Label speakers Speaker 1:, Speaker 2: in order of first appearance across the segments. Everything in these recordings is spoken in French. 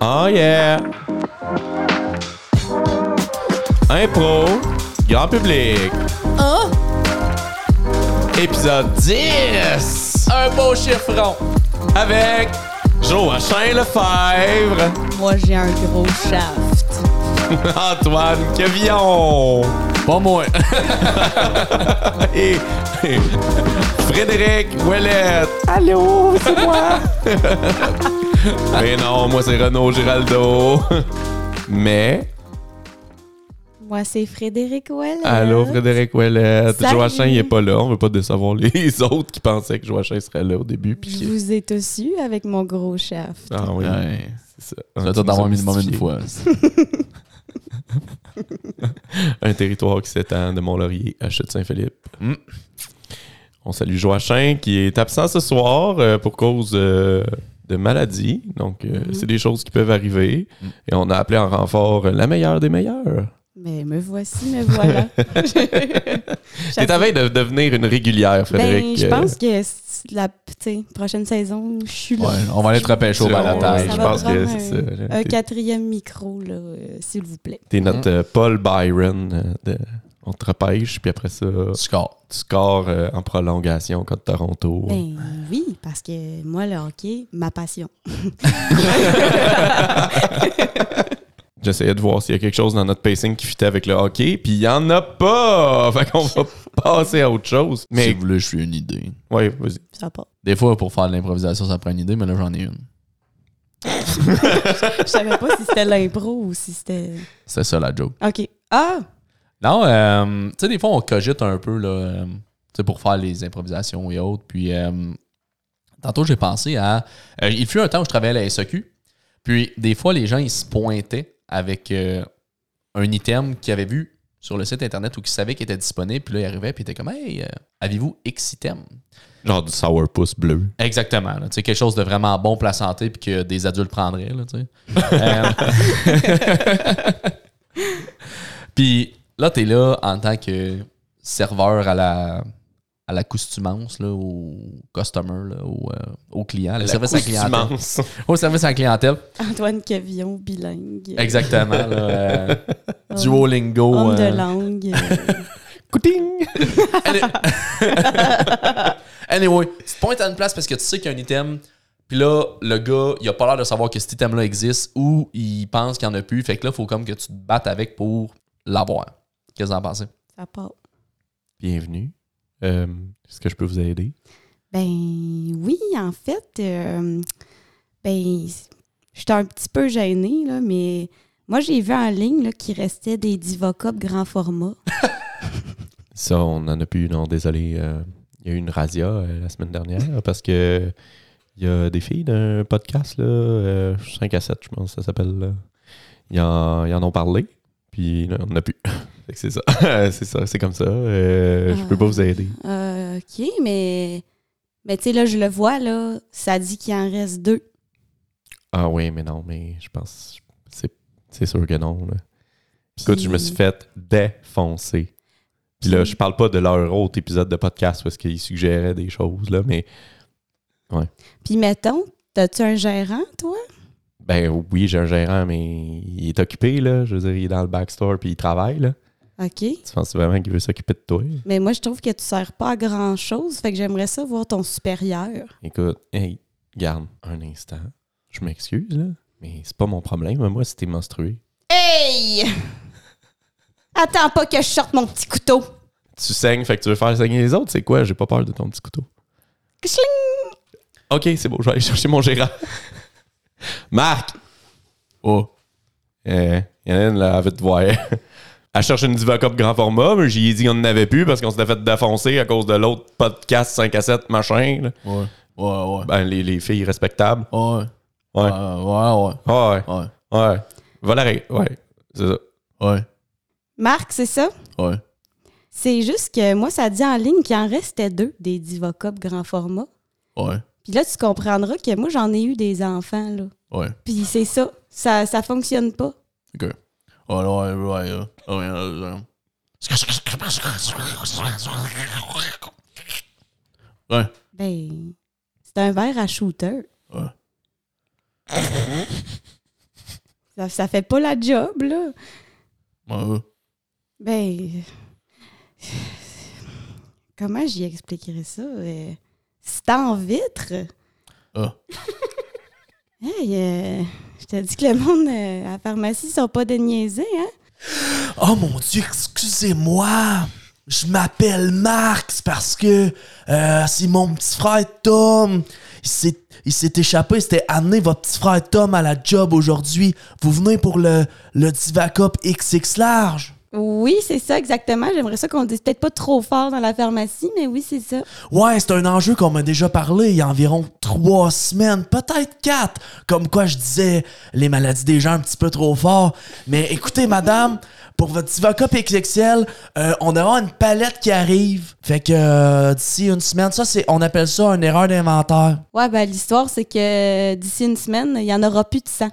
Speaker 1: Oh yeah! Impro, grand public,
Speaker 2: Oh!
Speaker 1: épisode 10!
Speaker 3: Un beau chiffron.
Speaker 1: Avec Joachim Lefebvre,
Speaker 2: Moi, j'ai un gros shaft.
Speaker 1: Antoine Quevillon
Speaker 3: Pas moins.
Speaker 1: et et Frédéric Ouellette.
Speaker 3: Allô, c'est moi.
Speaker 1: Mais non, moi c'est Renaud Giraldo. Mais,
Speaker 2: Moi, c'est Frédéric Ouellet.
Speaker 1: allô Frédéric Ouellette.
Speaker 2: Euh, Salut.
Speaker 1: Joachim il est pas là, on veut pas décevoir les autres qui pensaient que Joachim serait là au début. Puis
Speaker 2: Je vous ai tous eu avec mon gros shaft.
Speaker 1: Ah oui,
Speaker 3: Ouais.
Speaker 1: c'est ça.
Speaker 3: Ça doit d'avoir minimum une fois.
Speaker 1: un territoire qui s'étend de Mont-Laurier à Chute-Saint-Philippe.
Speaker 3: Mm.
Speaker 1: On salue Joachim qui est absent ce soir euh, pour cause euh, de maladie. Donc, euh,
Speaker 2: Mm-hmm.
Speaker 1: c'est des choses qui peuvent arriver.
Speaker 3: Mm.
Speaker 1: Et on a appelé en renfort euh, la meilleure des meilleures.
Speaker 2: Mais me voici, me voilà. Ben,
Speaker 1: T'es à veille de devenir une régulière,
Speaker 2: ben,
Speaker 1: Frédéric.
Speaker 2: je
Speaker 1: Euh,
Speaker 2: pense que c'est la tu sais, prochaine saison, je suis là.
Speaker 3: Ouais, on va aller te repêcher au
Speaker 1: tu-
Speaker 3: balatage.
Speaker 1: Je
Speaker 2: Ça va
Speaker 1: pense que
Speaker 2: prendre
Speaker 1: c'est ça. là.
Speaker 2: Un
Speaker 1: T'es-
Speaker 2: quatrième micro, là, euh, s'il vous plaît.
Speaker 1: T'es notre euh, Paul Byron. euh, de- on te repêche, puis après ça, tu
Speaker 3: Score.
Speaker 1: scores euh, en prolongation contre Toronto.
Speaker 2: Ben oui, parce que moi, le hockey, ma passion.
Speaker 1: J'essayais de voir s'il y a quelque chose dans notre pacing qui fitait avec le hockey, puis il y en a pas! Fait qu'on va passer à autre chose.
Speaker 3: Si
Speaker 1: Mais,
Speaker 3: vous voulez, je suis une idée.
Speaker 1: ouais, vas-y.
Speaker 2: Ça va pas.
Speaker 3: Des fois, pour faire de l'improvisation, ça prend une idée, mais là, j'en ai une.
Speaker 2: Je savais pas si c'était l'impro ou si c'était.
Speaker 3: C'est ça la joke.
Speaker 2: OK. Ah!
Speaker 3: Non, euh, tu sais, des fois, on cogite un peu, là, euh, tu sais, pour faire les improvisations et autres. Puis, euh, tantôt, j'ai pensé à. euh, il fut un temps où je travaillais à la SEQ. Puis, des fois, les gens, ils se pointaient avec euh, un item qu'ils avaient vu sur le site Internet ou qu'ils savaient qu'il était disponible. Puis là, ils arrivaient, puis ils étaient comme, hey, euh, avez-vous X item?
Speaker 1: Genre du sourpuss bleu.
Speaker 3: Exactement. là. Tu sais, quelque chose de vraiment bon pour la santé puis que des adultes prendraient. Là, tu sais. Euh, puis là, tu es là en tant que serveur à la à la coustumance, là, au customer, là, au, euh, au client, le service à la clientèle.
Speaker 1: immense.
Speaker 3: Au service à la clientèle.
Speaker 2: Antoine Cavillon, bilingue.
Speaker 3: Exactement. là, euh,
Speaker 2: Homme-
Speaker 3: Duolingo.
Speaker 2: Homme
Speaker 3: euh,
Speaker 2: de langue. euh,
Speaker 1: Couting!
Speaker 3: Any- anyway, tu te pointes à une place parce que tu sais qu'il y a un item. Puis là, le gars, il a pas l'air de savoir que cet item-là existe ou il pense qu'il n'y en a plus. Fait que là, il faut comme que tu te battes avec pour l'avoir. Qu'est-ce que vous en pensez?
Speaker 2: ça part.
Speaker 1: Bienvenue. Euh, Est-ce que je peux vous aider?
Speaker 2: Ben oui, en fait, euh, ben j'étais un petit peu gênée, là, mais moi j'ai vu en ligne là, qu'il restait des Divocop grand format.
Speaker 1: Ça, on en a plus, non, désolé. euh, Il y a eu une razzia euh, la semaine dernière parce que il y a des filles d'un podcast, là, euh, 5 à 7, je pense, que ça s'appelle. là. Ils en, ils en ont parlé, puis là, on en a plus. Fait que c'est ça. c'est ça, c'est comme ça. Euh, Je peux pas
Speaker 2: Ah.
Speaker 1: vous aider.
Speaker 2: Euh, ok, mais, mais tu sais, là, je le vois, là, ça dit qu'il en reste deux.
Speaker 1: Ah oui, mais non, mais je pense. C'est, c'est sûr que non. Là. Écoute,
Speaker 2: Puis-
Speaker 1: je me suis fait défoncer. Puis là,
Speaker 2: Puis-
Speaker 1: je parle pas de leur autre épisode de podcast parce qu'ils suggéraient des choses, là, mais
Speaker 2: Puis mettons, t'as-tu un gérant, toi?
Speaker 1: ben oui, j'ai un gérant, mais il est occupé, là. Je veux dire, il est dans le backstore puis il travaille, là.
Speaker 2: Ok.
Speaker 1: Tu penses vraiment qu'il veut s'occuper de toi?
Speaker 2: Mais moi, je trouve que tu sers pas à grand-chose, fait que j'aimerais ça voir ton supérieur.
Speaker 1: Écoute, hey, garde un instant. Je m'excuse, là, mais c'est pas mon problème, moi, si t'es menstrué.
Speaker 2: Hey! Attends pas que je sorte mon petit couteau.
Speaker 1: Tu saignes, fait que tu veux faire saigner les autres, c'est quoi? J'ai pas peur de ton petit couteau.
Speaker 2: Kishling!
Speaker 1: OK, c'est bon, je vais aller chercher mon gérant. Marc! Oh. Euh, y en a une, là, elle veut te voir. Elle cherche une Divacop grand format, mais j'y ai dit qu'on n'en avait plus parce qu'on s'était fait défoncer à cause de l'autre podcast 5 à 7 machin. là.
Speaker 3: Ouais. Ouais, ouais.
Speaker 1: Ben, les, les filles respectables.
Speaker 3: Ouais.
Speaker 1: Ouais.
Speaker 3: Ouais, ouais,
Speaker 1: Ah ouais,
Speaker 3: ouais.
Speaker 1: ouais. Va l'arrêter. Ouais, c'est ça.
Speaker 3: Ouais.
Speaker 2: Marc, c'est ça?
Speaker 3: Ouais.
Speaker 2: C'est juste que moi, ça dit en ligne qu'il en restait deux des Divocop grand format.
Speaker 3: Ouais.
Speaker 2: Puis là, tu comprendras que moi, j'en ai eu des enfants, là.
Speaker 3: Ouais.
Speaker 2: Puis c'est ça. Ça, ça fonctionne pas.
Speaker 3: OK. Ouais, ouais, ouais. ouais. Ouais, ouais, ouais. Ouais.
Speaker 2: Ben, c'est un verre à shooter.
Speaker 3: Ouais.
Speaker 2: Ça, ça fait pas la job, là.
Speaker 3: Ouais.
Speaker 2: Ben. Comment j'y expliquerais ça? Euh, C'est en vitre.
Speaker 3: Ah.
Speaker 2: Hey, euh, je te dis que le monde euh, à la pharmacie, ils sont pas déniaisés, hein?
Speaker 4: Oh mon Dieu, excusez-moi. Je m'appelle Marc c'est parce que euh, c'est mon petit frère Tom. Il s'est, il s'est échappé, il s'était amené votre petit frère Tom à la job aujourd'hui. Vous venez pour le, le Divacop XX large.
Speaker 2: Oui, c'est ça, exactement. J'aimerais ça qu'on le dise peut-être pas trop fort dans la pharmacie, mais oui, c'est ça.
Speaker 4: Ouais, c'est un enjeu qu'on m'a déjà parlé il y a environ trois semaines, peut-être quatre. Comme quoi je disais les maladies des gens un petit peu trop fort. Mais écoutez, madame, pour votre Divacop XXL, euh, on aura une palette qui arrive. Fait que euh, d'ici une semaine, ça, c'est, on appelle ça une erreur d'inventaire.
Speaker 2: Ouais, ben l'histoire, c'est que d'ici une semaine, il y en aura plus de sang.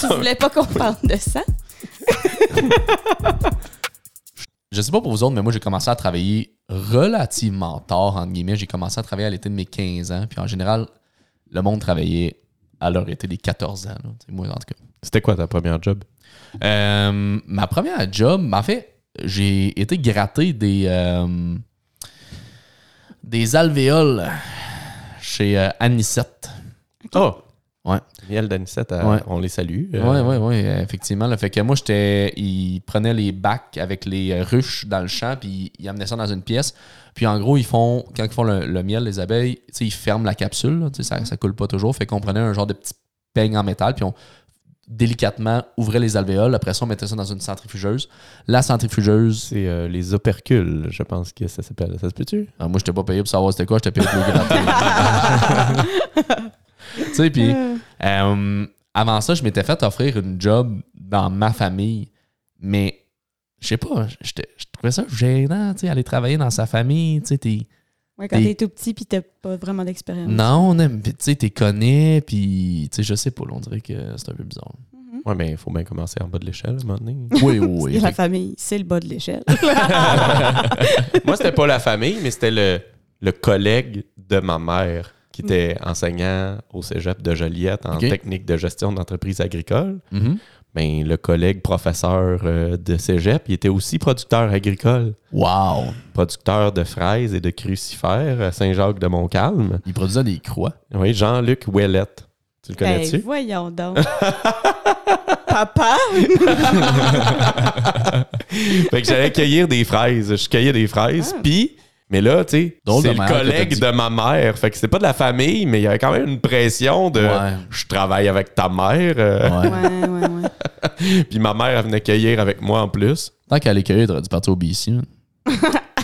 Speaker 2: tu voulais pas qu'on parle de sang?
Speaker 3: Je sais pas pour vous autres, mais moi, j'ai commencé à travailler relativement tard, entre guillemets. J'ai commencé à travailler à l'été de mes 15 ans. Puis en général, le monde travaillait à leur été des 14 ans. là. Tu sais, Moi, en tout cas.
Speaker 1: C'était quoi ta première job?
Speaker 3: Euh, ma première job, ben, en fait, j'ai été gratté des, euh, des alvéoles chez euh, Anisette.
Speaker 1: Oh!
Speaker 3: Ouais.
Speaker 1: Miel d'Anisette, euh,
Speaker 3: Ouais.
Speaker 1: on les salue. Euh,
Speaker 3: Oui, oui, oui, effectivement. Là. Fait que moi, j'étais. Ils prenaient les bacs avec les euh, ruches dans le champ, puis ils amenaient ça dans une pièce. Puis en gros, ils font. Quand ils font le, le miel, les abeilles, tu sais, ils ferment la capsule, là, tu sais, ça, ça coule pas toujours. Fait qu'on prenait un genre de petit peigne en métal, puis on délicatement ouvrait les alvéoles. Après ça, on mettait ça dans une centrifugeuse. La centrifugeuse.
Speaker 1: C'est euh, les opercules, je pense que ça s'appelle. Ça se peut-tu?
Speaker 3: Ah, moi, j'étais pas payé pour savoir c'était quoi, j'étais payé pour le gratter. tu sais, puis.
Speaker 2: Euh,
Speaker 3: Euh, avant ça, je m'étais fait offrir une job dans ma famille, mais je sais pas, j'étais- je trouvais ça gênant, tu sais, aller travailler dans sa famille, tu sais, t'es-
Speaker 2: ouais, quand
Speaker 3: Des-
Speaker 2: t'es tout petit puis t'as pas vraiment d'expérience.
Speaker 3: non, on aime- puis tu sais, t'es connais, puis tu sais, je sais pas, là, on dirait que c'est un peu bizarre.
Speaker 2: Mhm.
Speaker 1: Ouais, mais il faut bien commencer en bas de l'échelle, à un moment donné.
Speaker 3: Oui, oui,
Speaker 2: Et
Speaker 3: oui.
Speaker 2: la famille, c'est le bas de l'échelle.
Speaker 1: Moi, c'était pas la famille, mais c'était le, le collègue de ma mère qui était enseignant au cégep de Joliette en
Speaker 3: Hmm. Ok.
Speaker 1: technique de gestion d'entreprise agricole.
Speaker 3: Mhm.
Speaker 1: Mais le collègue professeur euh, de cégep, il était aussi producteur agricole,
Speaker 3: Wow!
Speaker 1: producteur de fraises et de crucifères à Saint-Jacques-de-Montcalm.
Speaker 3: Il produisait des croix.
Speaker 1: Oui, Jean-Luc Ouellette. Tu le
Speaker 2: Ben,
Speaker 1: connais-tu?
Speaker 2: voyons donc. Papa?
Speaker 1: fait que j'allais cueillir des fraises. Je cueillais des fraises,
Speaker 2: Ah.
Speaker 1: puis... Mais là, tu sais,
Speaker 3: Drôle de
Speaker 1: c'est le
Speaker 3: manière que t'as
Speaker 1: collègue
Speaker 3: dit.
Speaker 1: de ma mère. Fait que c'était pas de la famille, mais il y avait quand même une pression de...
Speaker 3: Ouais.
Speaker 1: Je travaille avec ta mère. euh,
Speaker 3: Euh, Ouais.
Speaker 2: Ouais, ouais, ouais.
Speaker 1: Puis ma mère, elle venait cueillir avec moi en plus.
Speaker 3: Tant qu'à l'écueil, t'aurais dû partir au BC. hein.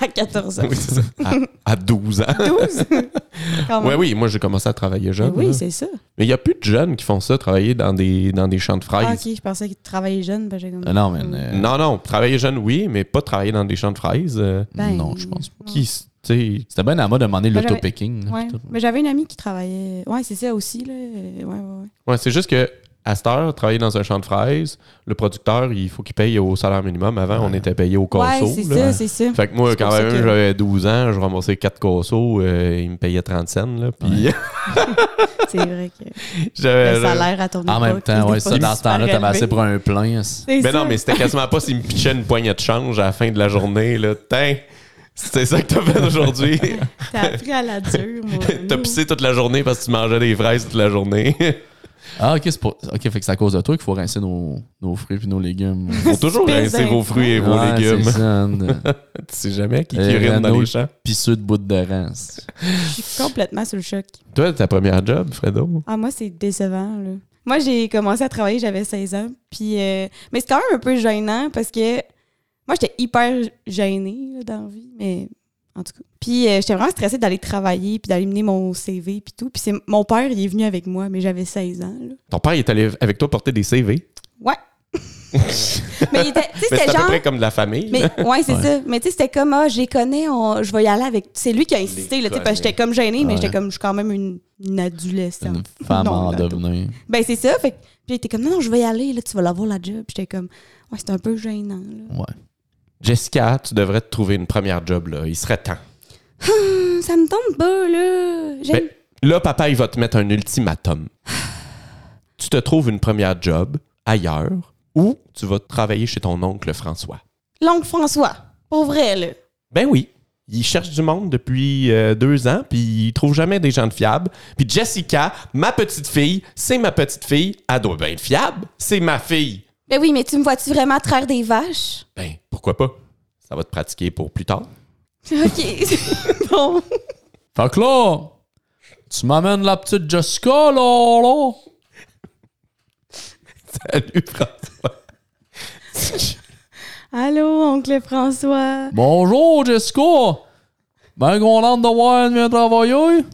Speaker 2: À 14 ans.
Speaker 1: Oui, c'est ça. À, à 12 ans.
Speaker 2: 12? Quand même.
Speaker 1: Ouais, oui, moi, j'ai commencé à travailler
Speaker 2: Ben
Speaker 1: jeune. hein. là.
Speaker 2: oui, c'est ça.
Speaker 1: Mais il n'y a plus de jeunes qui font ça, travailler dans des, dans des champs de
Speaker 2: Ah,
Speaker 1: fraises.
Speaker 2: ok, je pensais que tu travaillais jeune. Ben, j'ai comme...
Speaker 3: Euh, non, mais. euh,
Speaker 1: Non, non, travailler jeune, oui, mais pas travailler dans des champs de fraises. euh,
Speaker 2: Ben,
Speaker 3: non, je pense pas.
Speaker 1: qui, s- tu sais,
Speaker 3: C'était bien à moi de demander
Speaker 2: Ben, j'avais-
Speaker 3: l'auto-picking. là,
Speaker 2: Ouais.
Speaker 3: puis tout.
Speaker 2: Mais j'avais une amie qui travaillait. Ouais, c'est ça aussi. Là. Euh, Ouais, ouais, ouais.
Speaker 1: ouais, c'est juste que à cette heure, travailler dans un champ de fraises, le producteur, il faut qu'il paye au salaire minimum. Avant, on était payé au conso.
Speaker 2: ouais, c'est
Speaker 1: là.
Speaker 2: ça, c'est ça.
Speaker 1: Fait que moi,
Speaker 2: C'est
Speaker 1: quand
Speaker 2: pour ça
Speaker 1: même,
Speaker 2: que-
Speaker 1: j'avais 12 ans, je remboursais 4 consos, euh, il me payait 30 cents. Là, puis
Speaker 2: C'est vrai que
Speaker 1: j'avais-
Speaker 2: le salaire à ton
Speaker 3: En même
Speaker 2: époque, il
Speaker 3: temps,
Speaker 2: était
Speaker 3: ouais,
Speaker 2: pas
Speaker 3: ça, dans ce
Speaker 2: super
Speaker 3: temps-là, t'avais
Speaker 2: élevé.
Speaker 3: assez pour un plein. hein.
Speaker 2: C'est
Speaker 1: Mais
Speaker 2: ça.
Speaker 1: Ben non, mais c'était quasiment pas s'il me pitchait une poignée de change à la fin de la journée. Là. Tain, c'est ça que t'as fait aujourd'hui.
Speaker 2: T'as appris à la dure, mon
Speaker 1: t'as
Speaker 2: ami.
Speaker 1: pissé toute la journée parce que tu mangeais des fraises toute la journée.
Speaker 3: Ah, ok, c'est pour... ok, fait que c'est à cause de toi qu'il faut rincer nos, nos fruits puis nos légumes.
Speaker 1: Faut toujours
Speaker 2: Espèce
Speaker 1: rincer vos
Speaker 2: d'info.
Speaker 1: fruits et vos
Speaker 3: Ouais,
Speaker 1: légumes.
Speaker 3: c'est ça, une-
Speaker 1: Tu sais jamais qui, qui
Speaker 3: Euh,
Speaker 1: urine dans
Speaker 3: Renault.
Speaker 1: les champs.
Speaker 3: Pisseux de bout de rance.
Speaker 2: Je suis complètement sous le choc.
Speaker 1: Toi, ta première job, Fredo?
Speaker 2: Ah, moi, c'est décevant, là. Moi, j'ai commencé à travailler, j'avais 16 ans. Puis, euh, mais c'est quand même un peu gênant parce que moi, j'étais hyper gênée là, dans la vie, mais en tout cas. Puis, euh, j'étais vraiment stressée d'aller travailler, puis d'aller mener mon CV, puis tout. Puis, c'est mon père, il est venu avec moi, mais j'avais 16 ans, là.
Speaker 1: Ton père, il est allé avec toi porter des CV.
Speaker 2: Ouais! mais il
Speaker 1: Mais
Speaker 2: était, tu sais,
Speaker 1: c'est
Speaker 2: c'était
Speaker 1: à peu
Speaker 2: genre.
Speaker 1: près comme de la famille.
Speaker 2: Mais,
Speaker 1: là.
Speaker 2: ouais, c'est ça. Mais tu sais, c'était comme, ah, je les connais, on- je vais y aller avec. C'est lui qui a insisté,
Speaker 1: Les
Speaker 2: là, tu sais, parce que j'étais comme gênée, mais
Speaker 3: Ouais.
Speaker 2: j'étais comme, je suis quand même une, une adolescente.
Speaker 3: Une femme
Speaker 2: Non,
Speaker 3: en
Speaker 2: ado.
Speaker 3: devenir.
Speaker 2: Ben, c'est ça. Fait que, puis il était comme, non, non, je vais y aller, là, tu vas l'avoir la job. Puis J'étais comme, ouais, c'était un peu gênant, là.
Speaker 3: Ouais.
Speaker 1: Jessica, tu devrais te trouver une première job, là. Il serait temps.
Speaker 2: Hum, Ça me tombe pas, là. J'aime.
Speaker 1: Ben, là, papa, il va te mettre un ultimatum. Tu tu te trouves une première job ailleurs ou tu vas travailler chez ton oncle François.
Speaker 2: L'oncle François, pour vrai, là.
Speaker 1: Ben oui. Il cherche du monde depuis euh, deux ans, puis il trouve jamais des gens de fiables. Puis Jessica, ma petite fille, c'est ma petite fille. Elle doit bien être fiable. C'est ma fille.
Speaker 2: Ben oui, mais tu me vois-tu vraiment à travers des vaches?
Speaker 1: Ben, pourquoi pas? Ça va te pratiquer pour plus tard.
Speaker 2: OK, bon.
Speaker 3: Fait que là, tu m'amènes la petite Jessica, là, là.
Speaker 1: Salut, François.
Speaker 2: Allô, oncle François.
Speaker 3: Bonjour, Jessica. Ben contente de voir elle vient travailler.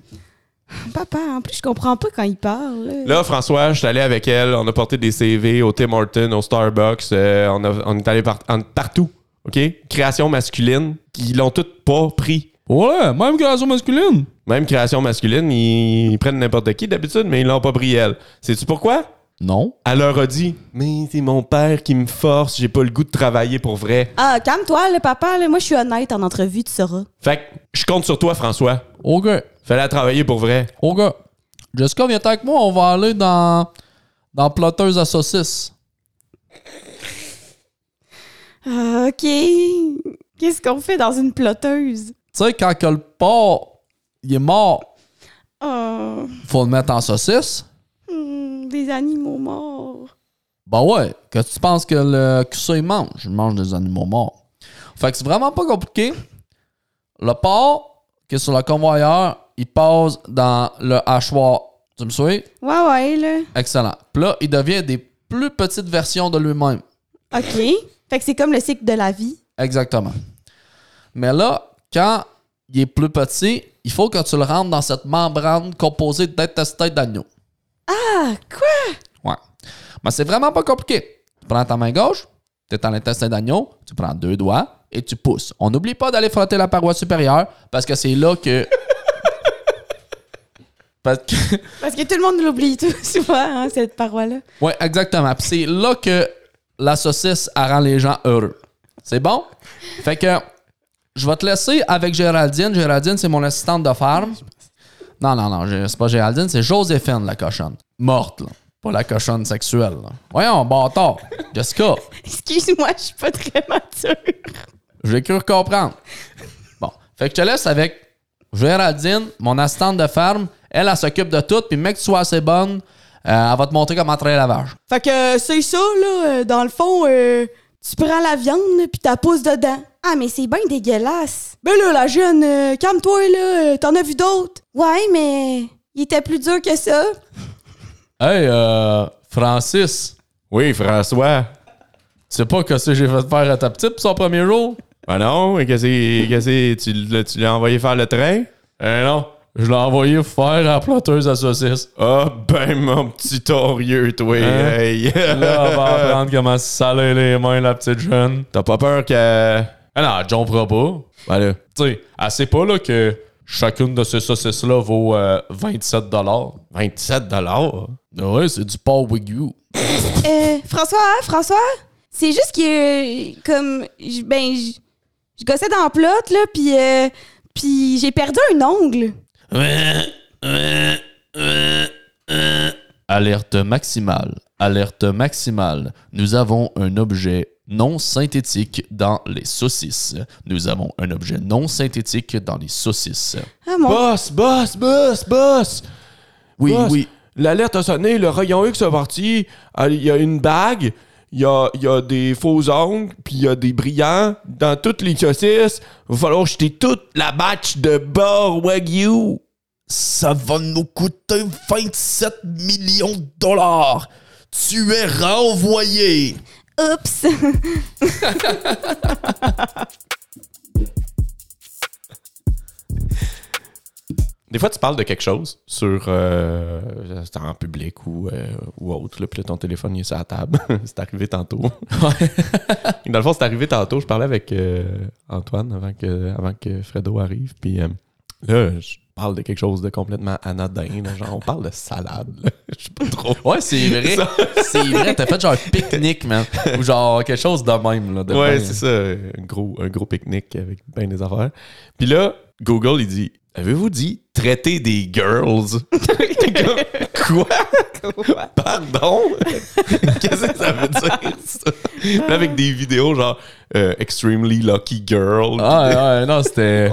Speaker 2: Papa, en plus, je comprends pas quand il parle. là.
Speaker 1: Là, François, je suis allé avec elle. On a porté des CV au Tim Hortons, au Starbucks. euh, on, a- on est allé par- en- partout. OK? Création masculine. Ils l'ont toutes pas pris.
Speaker 3: Ouais, même création masculine.
Speaker 1: Même création masculine, ils, ils prennent n'importe qui d'habitude, mais ils l'ont pas pris elle. Sais-tu pourquoi?
Speaker 3: Non.
Speaker 1: Elle leur a dit Mais c'est mon père qui me force, j'ai pas le goût de travailler pour vrai.
Speaker 2: Ah, calme-toi, le papa. Là. Moi, je suis honnête en entrevue, tu sauras.
Speaker 1: Fait que je compte sur toi, François.
Speaker 3: OK,
Speaker 1: Fais-la travailler pour vrai.
Speaker 3: OK. Jessica, viens avec moi, on va aller dans, dans Plotteuse à saucisses.
Speaker 2: Ah, OK. Qu'est-ce qu'on fait dans une ploteuse?
Speaker 3: Tu sais, quand que le porc, il est mort,
Speaker 2: Oh,
Speaker 3: faut le mettre en saucisse.
Speaker 2: hmm, des animaux morts.
Speaker 3: Ben ouais, que tu penses que le QC mange, il mange des animaux morts. Fait que c'est vraiment pas compliqué. Le porc qui est sur le convoyeur, il passe dans le hachoir. Tu me suis?
Speaker 2: Ouais, ouais, là.
Speaker 3: Excellent. Puis là, il devient des plus petites versions de lui-même.
Speaker 2: OK. Fait que c'est comme le cycle de la vie.
Speaker 3: Exactement. Mais là, quand il est plus petit, il faut que tu le rentres dans cette membrane composée d'intestin d'agneau.
Speaker 2: Ah, quoi?
Speaker 3: Ouais. Mais c'est vraiment pas compliqué. Tu prends ta main gauche, tu es dans l'intestin d'agneau, tu prends deux doigts et tu pousses. On n'oublie pas d'aller frotter la paroi supérieure parce que c'est là que. parce que.
Speaker 2: Parce que tout le monde l'oublie tout souvent, hein, cette paroi-là.
Speaker 3: Ouais, exactement. Puis c'est là que la saucisse elle rend les gens heureux. C'est bon? Fait que je vais te laisser avec Géraldine. Géraldine, c'est mon assistante de farm. Non, non, non, je- c'est pas Géraldine, c'est Joséphine, la cochonne. Morte, là. Pas la cochonne sexuelle, là. Voyons, bâtard. Jessica,
Speaker 2: Excuse-moi, je suis pas très mature.
Speaker 3: j'ai cru comprendre. Bon, fait que je te laisse avec Géraldine, mon assistante de farm. Elle, elle, s'occupe de tout, puis mec, que tu sois assez bonne, euh, elle va te montrer comment traire la vache.
Speaker 2: Fait que euh, c'est ça, là. euh, Dans le fond, euh, tu prends la viande, là, puis t'as pousse dedans. Ah, mais c'est bien dégueulasse. Ben là, la jeune, euh, calme-toi, là. euh, T'en as vu d'autres. Ouais, mais il était plus dur que ça.
Speaker 3: Hey, euh, Francis,
Speaker 1: Oui, François.
Speaker 3: tu sais pas que c'est que j'ai fait faire à ta petite pour son premier jour?
Speaker 1: Ah non, et que c'est- que c'est- tu l'as tu l'as envoyé faire le train?
Speaker 3: Eh non, je l'ai envoyé faire la planteuse à saucisse.
Speaker 1: Ah ben mon petit torieux, toi.
Speaker 3: Hein?
Speaker 1: hey.
Speaker 3: Là, on va apprendre comment se saler les mains, la petite jeune.
Speaker 1: T'as pas peur que.
Speaker 3: Ah non, elle jumpera pas.
Speaker 1: Ben là,
Speaker 3: Tu sais, elle sait pas là, que chacune de ces saucisses-là vaut euh, 27
Speaker 1: 27 dollars.
Speaker 3: Ouais, c'est du porc Wagyu.
Speaker 2: Euh, François, hein, François, c'est juste que, euh, comme, j- ben, j- je gossais dans le plot, là, puis euh, puis j'ai perdu un ongle.
Speaker 3: Alerte maximale. Alerte maximale. Nous avons un objet non synthétique dans les saucisses. Nous avons un objet non synthétique dans les saucisses.
Speaker 2: Ah, mon...
Speaker 1: Boss, boss, boss, boss!
Speaker 3: Oui,
Speaker 1: Boss,
Speaker 3: oui.
Speaker 1: L'alerte a sonné, le rayon X est parti. Ah, Il y a une bague, il y a, il y a des faux ongles, puis il y a des brillants. Dans toutes les saucisses, il va falloir jeter toute la batch de bord Wagyu.
Speaker 4: Ça va nous coûter 27 millions de dollars. Tu es renvoyé.
Speaker 2: Oups!
Speaker 1: Des fois, tu parles de quelque chose sur euh, c'est en public ou, euh, ou autre, là, puis là, ton téléphone il est sur la table. c'est arrivé tantôt. Dans le fond, c'est arrivé tantôt. Je parlais avec euh, Antoine avant que, avant que Fredo arrive, puis euh, là, je parle de quelque chose de complètement anodin. là, genre, on parle de salade. là. Je sais pas trop.
Speaker 3: Ouais, c'est vrai. c'est vrai. T'as fait genre un pique-nique, man. Ou genre quelque chose de même. Là, de
Speaker 1: Ouais,
Speaker 3: même.
Speaker 1: c'est ça. Un gros, un gros pique-nique avec bien des affaires. Puis là, Google, il dit Avez-vous dit traiter des girls Comme, Quoi?
Speaker 2: Quoi?
Speaker 1: Pardon? Qu'est-ce que ça veut dire, ça? Là, avec des vidéos genre euh, Extremely Lucky Girl.
Speaker 3: Ah, ouais, non, c'était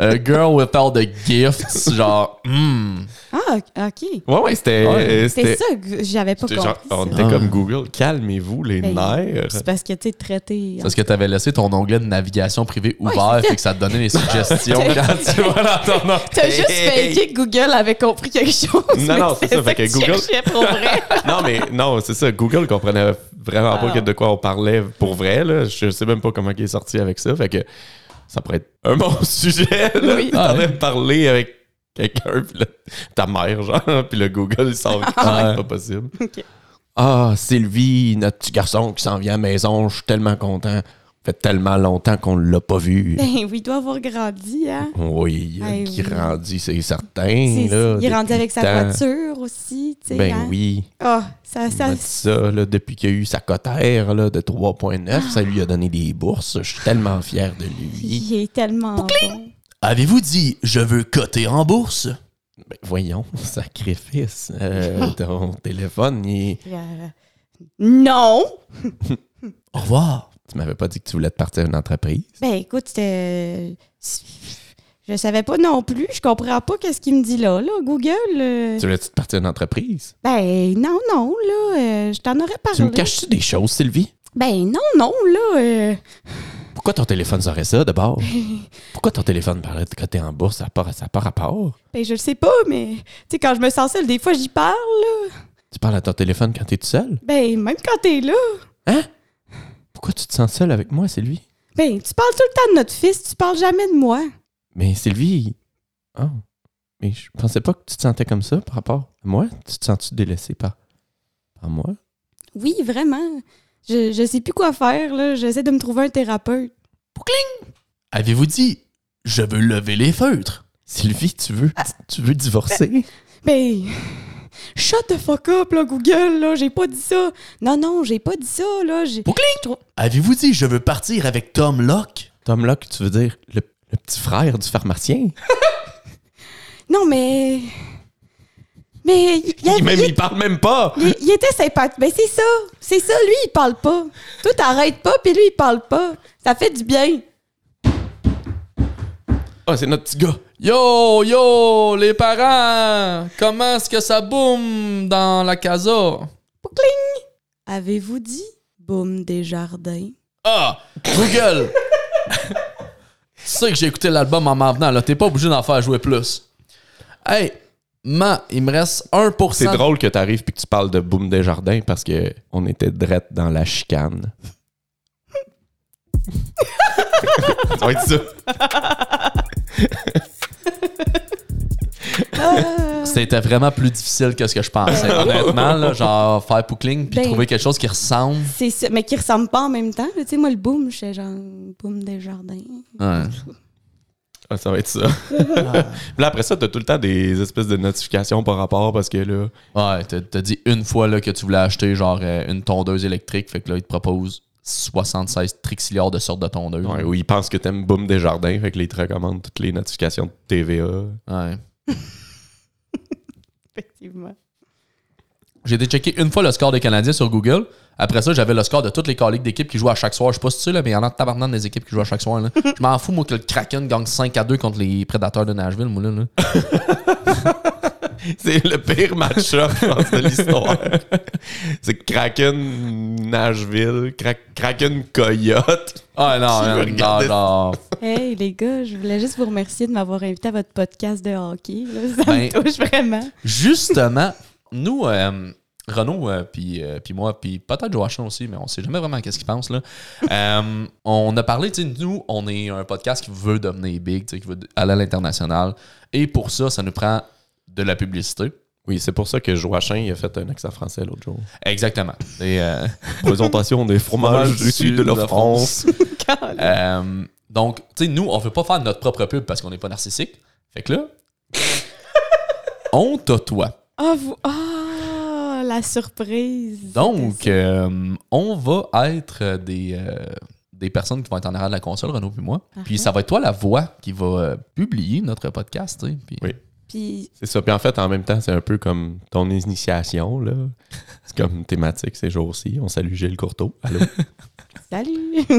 Speaker 3: euh, Girl Without the Gifts, genre, hmm.
Speaker 2: Ah, ok.
Speaker 1: Ouais, ouais, c'était.
Speaker 3: Ouais.
Speaker 1: euh,
Speaker 2: C'est ça que j'avais pas
Speaker 1: c'était genre-
Speaker 2: compris.
Speaker 1: on
Speaker 2: ça.
Speaker 1: était
Speaker 4: Ah.
Speaker 1: comme Google, calmez-vous les
Speaker 2: Ben,
Speaker 1: nerfs.
Speaker 2: C'est parce que, tu sais, traité.
Speaker 3: Parce que t'avais laissé ton onglet de navigation privée ouvert, fait que ça te donnait les suggestions quand tu vas dans ton orteil.
Speaker 2: ben, T'as juste
Speaker 1: Hey!
Speaker 2: faké que Google avait compris quelque chose.
Speaker 1: Non,
Speaker 2: mais
Speaker 1: non, c'est ça, fait que
Speaker 2: tu
Speaker 1: Google-
Speaker 2: cherchais pour vrai.
Speaker 1: Non, mais non, c'est ça. Google comprenait vraiment pas
Speaker 2: Wow.
Speaker 1: que de quoi on parlait pour vrai. Là. Je sais même pas comment il est sorti avec ça. Fait que ça pourrait être un bon sujet. Là.
Speaker 2: Oui.
Speaker 1: T'es en train de parler avec quelqu'un, puis là, ta mère, genre, puis le Google il sort. avec ça, c'est pas possible.
Speaker 2: Ah, Ok.
Speaker 1: Ah, Sylvie, notre petit garçon qui s'en vient à la maison, je suis tellement content. fait tellement longtemps qu'on l'a pas vu.
Speaker 2: Ben oui, il doit avoir grandi, hein.
Speaker 1: Oui, il a
Speaker 2: Eh oui.
Speaker 1: grandi, c'est certain.
Speaker 2: C'est-
Speaker 1: là,
Speaker 2: il est rendu
Speaker 1: depuis
Speaker 2: avec sa
Speaker 1: le temps.
Speaker 2: voiture aussi, tu sais.
Speaker 1: Ben
Speaker 2: hein.
Speaker 1: oui.
Speaker 2: Ah, ça,
Speaker 1: Il
Speaker 2: ça,
Speaker 1: m'a dit ça, là, depuis qu'il a eu sa cotère là, de 3,9, ça lui a donné des bourses. Je suis tellement fier de lui.
Speaker 2: il est tellement bon.
Speaker 4: Avez-vous dit je veux coter en bourse?
Speaker 1: Ben, voyons, sacrifice. Euh, ton téléphone, il-
Speaker 2: Euh, Non!
Speaker 4: Au revoir.
Speaker 1: tu m'avais pas dit que tu voulais te partir d'une entreprise.
Speaker 2: Ben écoute, euh, je savais pas non plus. Je comprends pas qu'est-ce qu'il me dit là, là, Google. euh,
Speaker 1: Tu voulais-tu te partir d'une entreprise?
Speaker 2: Ben non, non, là, euh, je t'en aurais parlé.
Speaker 1: Tu me caches-tu des choses, Sylvie?
Speaker 2: Ben non, non, là. euh,
Speaker 1: Pourquoi ton téléphone saurait ça d'abord? Pourquoi ton téléphone parlait de côté en bourse à part à sa part à part?
Speaker 2: ben je le sais pas, mais tu sais, quand je me sens seule, des fois j'y parle, là.
Speaker 1: Tu parles à ton téléphone quand t'es tout seul?
Speaker 2: Ben même quand t'es là.
Speaker 1: Pourquoi tu te sens seul avec moi, Sylvie?
Speaker 2: Ben, tu parles tout le temps de notre fils, tu parles jamais de moi.
Speaker 1: Mais Sylvie, oh, mais je pensais pas que tu te sentais comme ça par rapport à moi. Tu te sens-tu délaissée par, par moi?
Speaker 2: Oui, vraiment. Je, je sais plus quoi faire, là. J'essaie de me trouver un thérapeute.
Speaker 4: Avez-vous dit je veux lever les feutres?
Speaker 1: Sylvie, tu veux, tu veux divorcer?
Speaker 2: Ben, shut the fuck up, là, Google, là. J'ai pas dit ça. Non, non, j'ai pas dit ça, là. J'ai...
Speaker 4: Avez-vous dit je veux partir avec Tom Locke?
Speaker 1: Tom Locke, tu veux dire le, le petit frère du pharmacien?
Speaker 2: Non, mais. Mais. Il, il-
Speaker 1: même, il parle même pas!
Speaker 2: il- il était sympathique. Ben, c'est ça. C'est ça, lui, il parle pas. Toi, t'arrêtes pas, puis lui, il parle pas. Ça fait du bien.
Speaker 1: Ah, c'est notre petit gars!
Speaker 3: Yo, yo, les parents, comment est-ce que ça boum dans la casa?
Speaker 2: Avez-vous dit boum des jardins?
Speaker 3: Ah, Google! tu sais que j'ai écouté l'album en m'en venant, là. T'es pas obligé d'en faire jouer plus. Hey, man, il me reste 1%.
Speaker 1: C'est drôle que tu arrives et que tu parles de Boom Desjardins parce que on était drette dans la chicane. ça va être ça.
Speaker 2: Ah.
Speaker 3: C'était vraiment plus difficile que ce que je pensais. Honnêtement, là, genre faire Poukling puis
Speaker 2: Ben.
Speaker 3: trouver quelque chose qui ressemble.
Speaker 2: C'est ça, mais qui ressemble pas en même temps. là. Tu sais, moi, le boom, je genre boom des jardins.
Speaker 3: Ouais.
Speaker 1: Ah, ça va être ça. Puis là, après ça, t'as tout le temps des espèces de notifications par rapport parce que là,
Speaker 3: Ouais, t'as t'as dit une fois là, que tu voulais acheter genre euh, une tondeuse électrique, fait que là, il te propose 76 trixiliards de sortes de tondeuses.
Speaker 1: ouais, où ils pensent que t'aimes Boom Desjardins, fait que là, ils te recommandent toutes les notifications de TVA.
Speaker 3: Ouais.
Speaker 2: Effectivement.
Speaker 3: J'ai été checker une fois le score des Canadiens sur Google. Après ça, j'avais le score de toutes les collègues d'équipe qui jouent à chaque soir. Je sais pas si tu sais, là, mais il y en a de tabarnak des équipes qui jouent à chaque soir. Là. Je m'en fous, moi, que le Kraken gagne 5 à 2 contre les Prédateurs de Nashville, moi, là. là.
Speaker 1: C'est le pire match-up, je pense, de l'histoire. C'est Kraken Nashville, Kra- Kraken Coyote.
Speaker 3: Ah non,
Speaker 1: Tu veux
Speaker 3: man,
Speaker 1: regarder
Speaker 3: non, non.
Speaker 2: Hey, les gars, je voulais juste vous remercier de m'avoir invité à votre podcast de hockey. là. Ça
Speaker 3: Ben-
Speaker 2: me touche vraiment.
Speaker 3: Justement, nous, euh, Renaud, euh, puis euh, puis moi, puis peut-être Joachim aussi, mais on sait jamais vraiment qu'est-ce qu'il pense. Là. Euh, on a parlé, tu sais, nous, on est un podcast qui veut devenir big, tu sais, qui veut aller à l'international. Et pour ça, ça nous prend de la publicité.
Speaker 1: Oui, c'est pour ça que Joachim il a fait un accent français l'autre jour.
Speaker 3: Exactement. Et, euh,
Speaker 1: Présentation des fromages du sud de la France.
Speaker 3: Euh, donc, tu sais, nous, on veut pas faire notre propre pub parce qu'on n'est pas narcissique. Fait que là, on tutoie.
Speaker 2: Ah, vous. Ah, la surprise.
Speaker 3: Donc,
Speaker 2: C'était
Speaker 3: euh, on va être des, euh, des personnes qui vont être en arrière de la console, Renaud puis moi. Puis
Speaker 2: Ah.
Speaker 3: ça va être toi la voix qui va euh, publier notre podcast. tu sais, Puis
Speaker 1: Oui.
Speaker 2: Puis
Speaker 1: C'est ça. Puis en fait, en même temps, c'est un peu comme ton initiation, là. C'est comme thématique ces jours-ci. On salue Gilles Courteau. Allô?
Speaker 2: salut!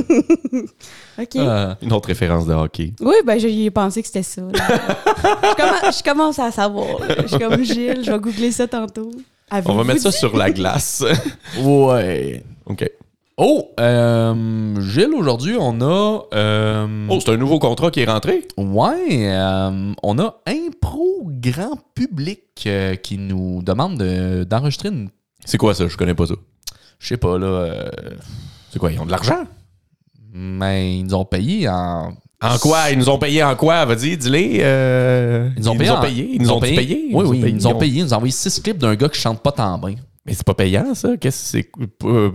Speaker 2: OK.
Speaker 3: Ah,
Speaker 1: Une autre référence de hockey.
Speaker 2: Oui, ben j'y ai pensé que c'était ça. là. je, commence, je commence à savoir. là. Je suis comme Gilles, je vais googler ça tantôt.
Speaker 1: On va
Speaker 2: Avez-vous
Speaker 1: mettre ça
Speaker 2: dit-
Speaker 1: sur la glace.
Speaker 3: ouais.
Speaker 1: OK.
Speaker 3: Oh, euh, Gilles, aujourd'hui, on a. euh,
Speaker 1: Oh, c'est un nouveau contrat qui est rentré?
Speaker 3: Ouais, euh, on a Impro Grand Public euh, qui nous demande de- d'enregistrer une.
Speaker 1: C'est quoi ça? Je connais pas ça.
Speaker 3: Je sais pas, là. euh,
Speaker 1: C'est quoi? Ils ont de l'argent?
Speaker 3: mais ils nous ont payé en.
Speaker 1: En quoi? Ils nous ont payé en quoi? Vas-y, dis-les. euh,
Speaker 3: Ils nous ont payé. en-
Speaker 1: Ils nous ont payé. Ils
Speaker 3: Oui,
Speaker 1: nous ont
Speaker 3: oui,
Speaker 1: payé.
Speaker 3: ils nous ont payé. Ils nous ont envoyé six clips d'un gars qui chante pas tant bien.
Speaker 1: Mais c'est pas payant, ça? Qu'est-ce que c'est? Euh,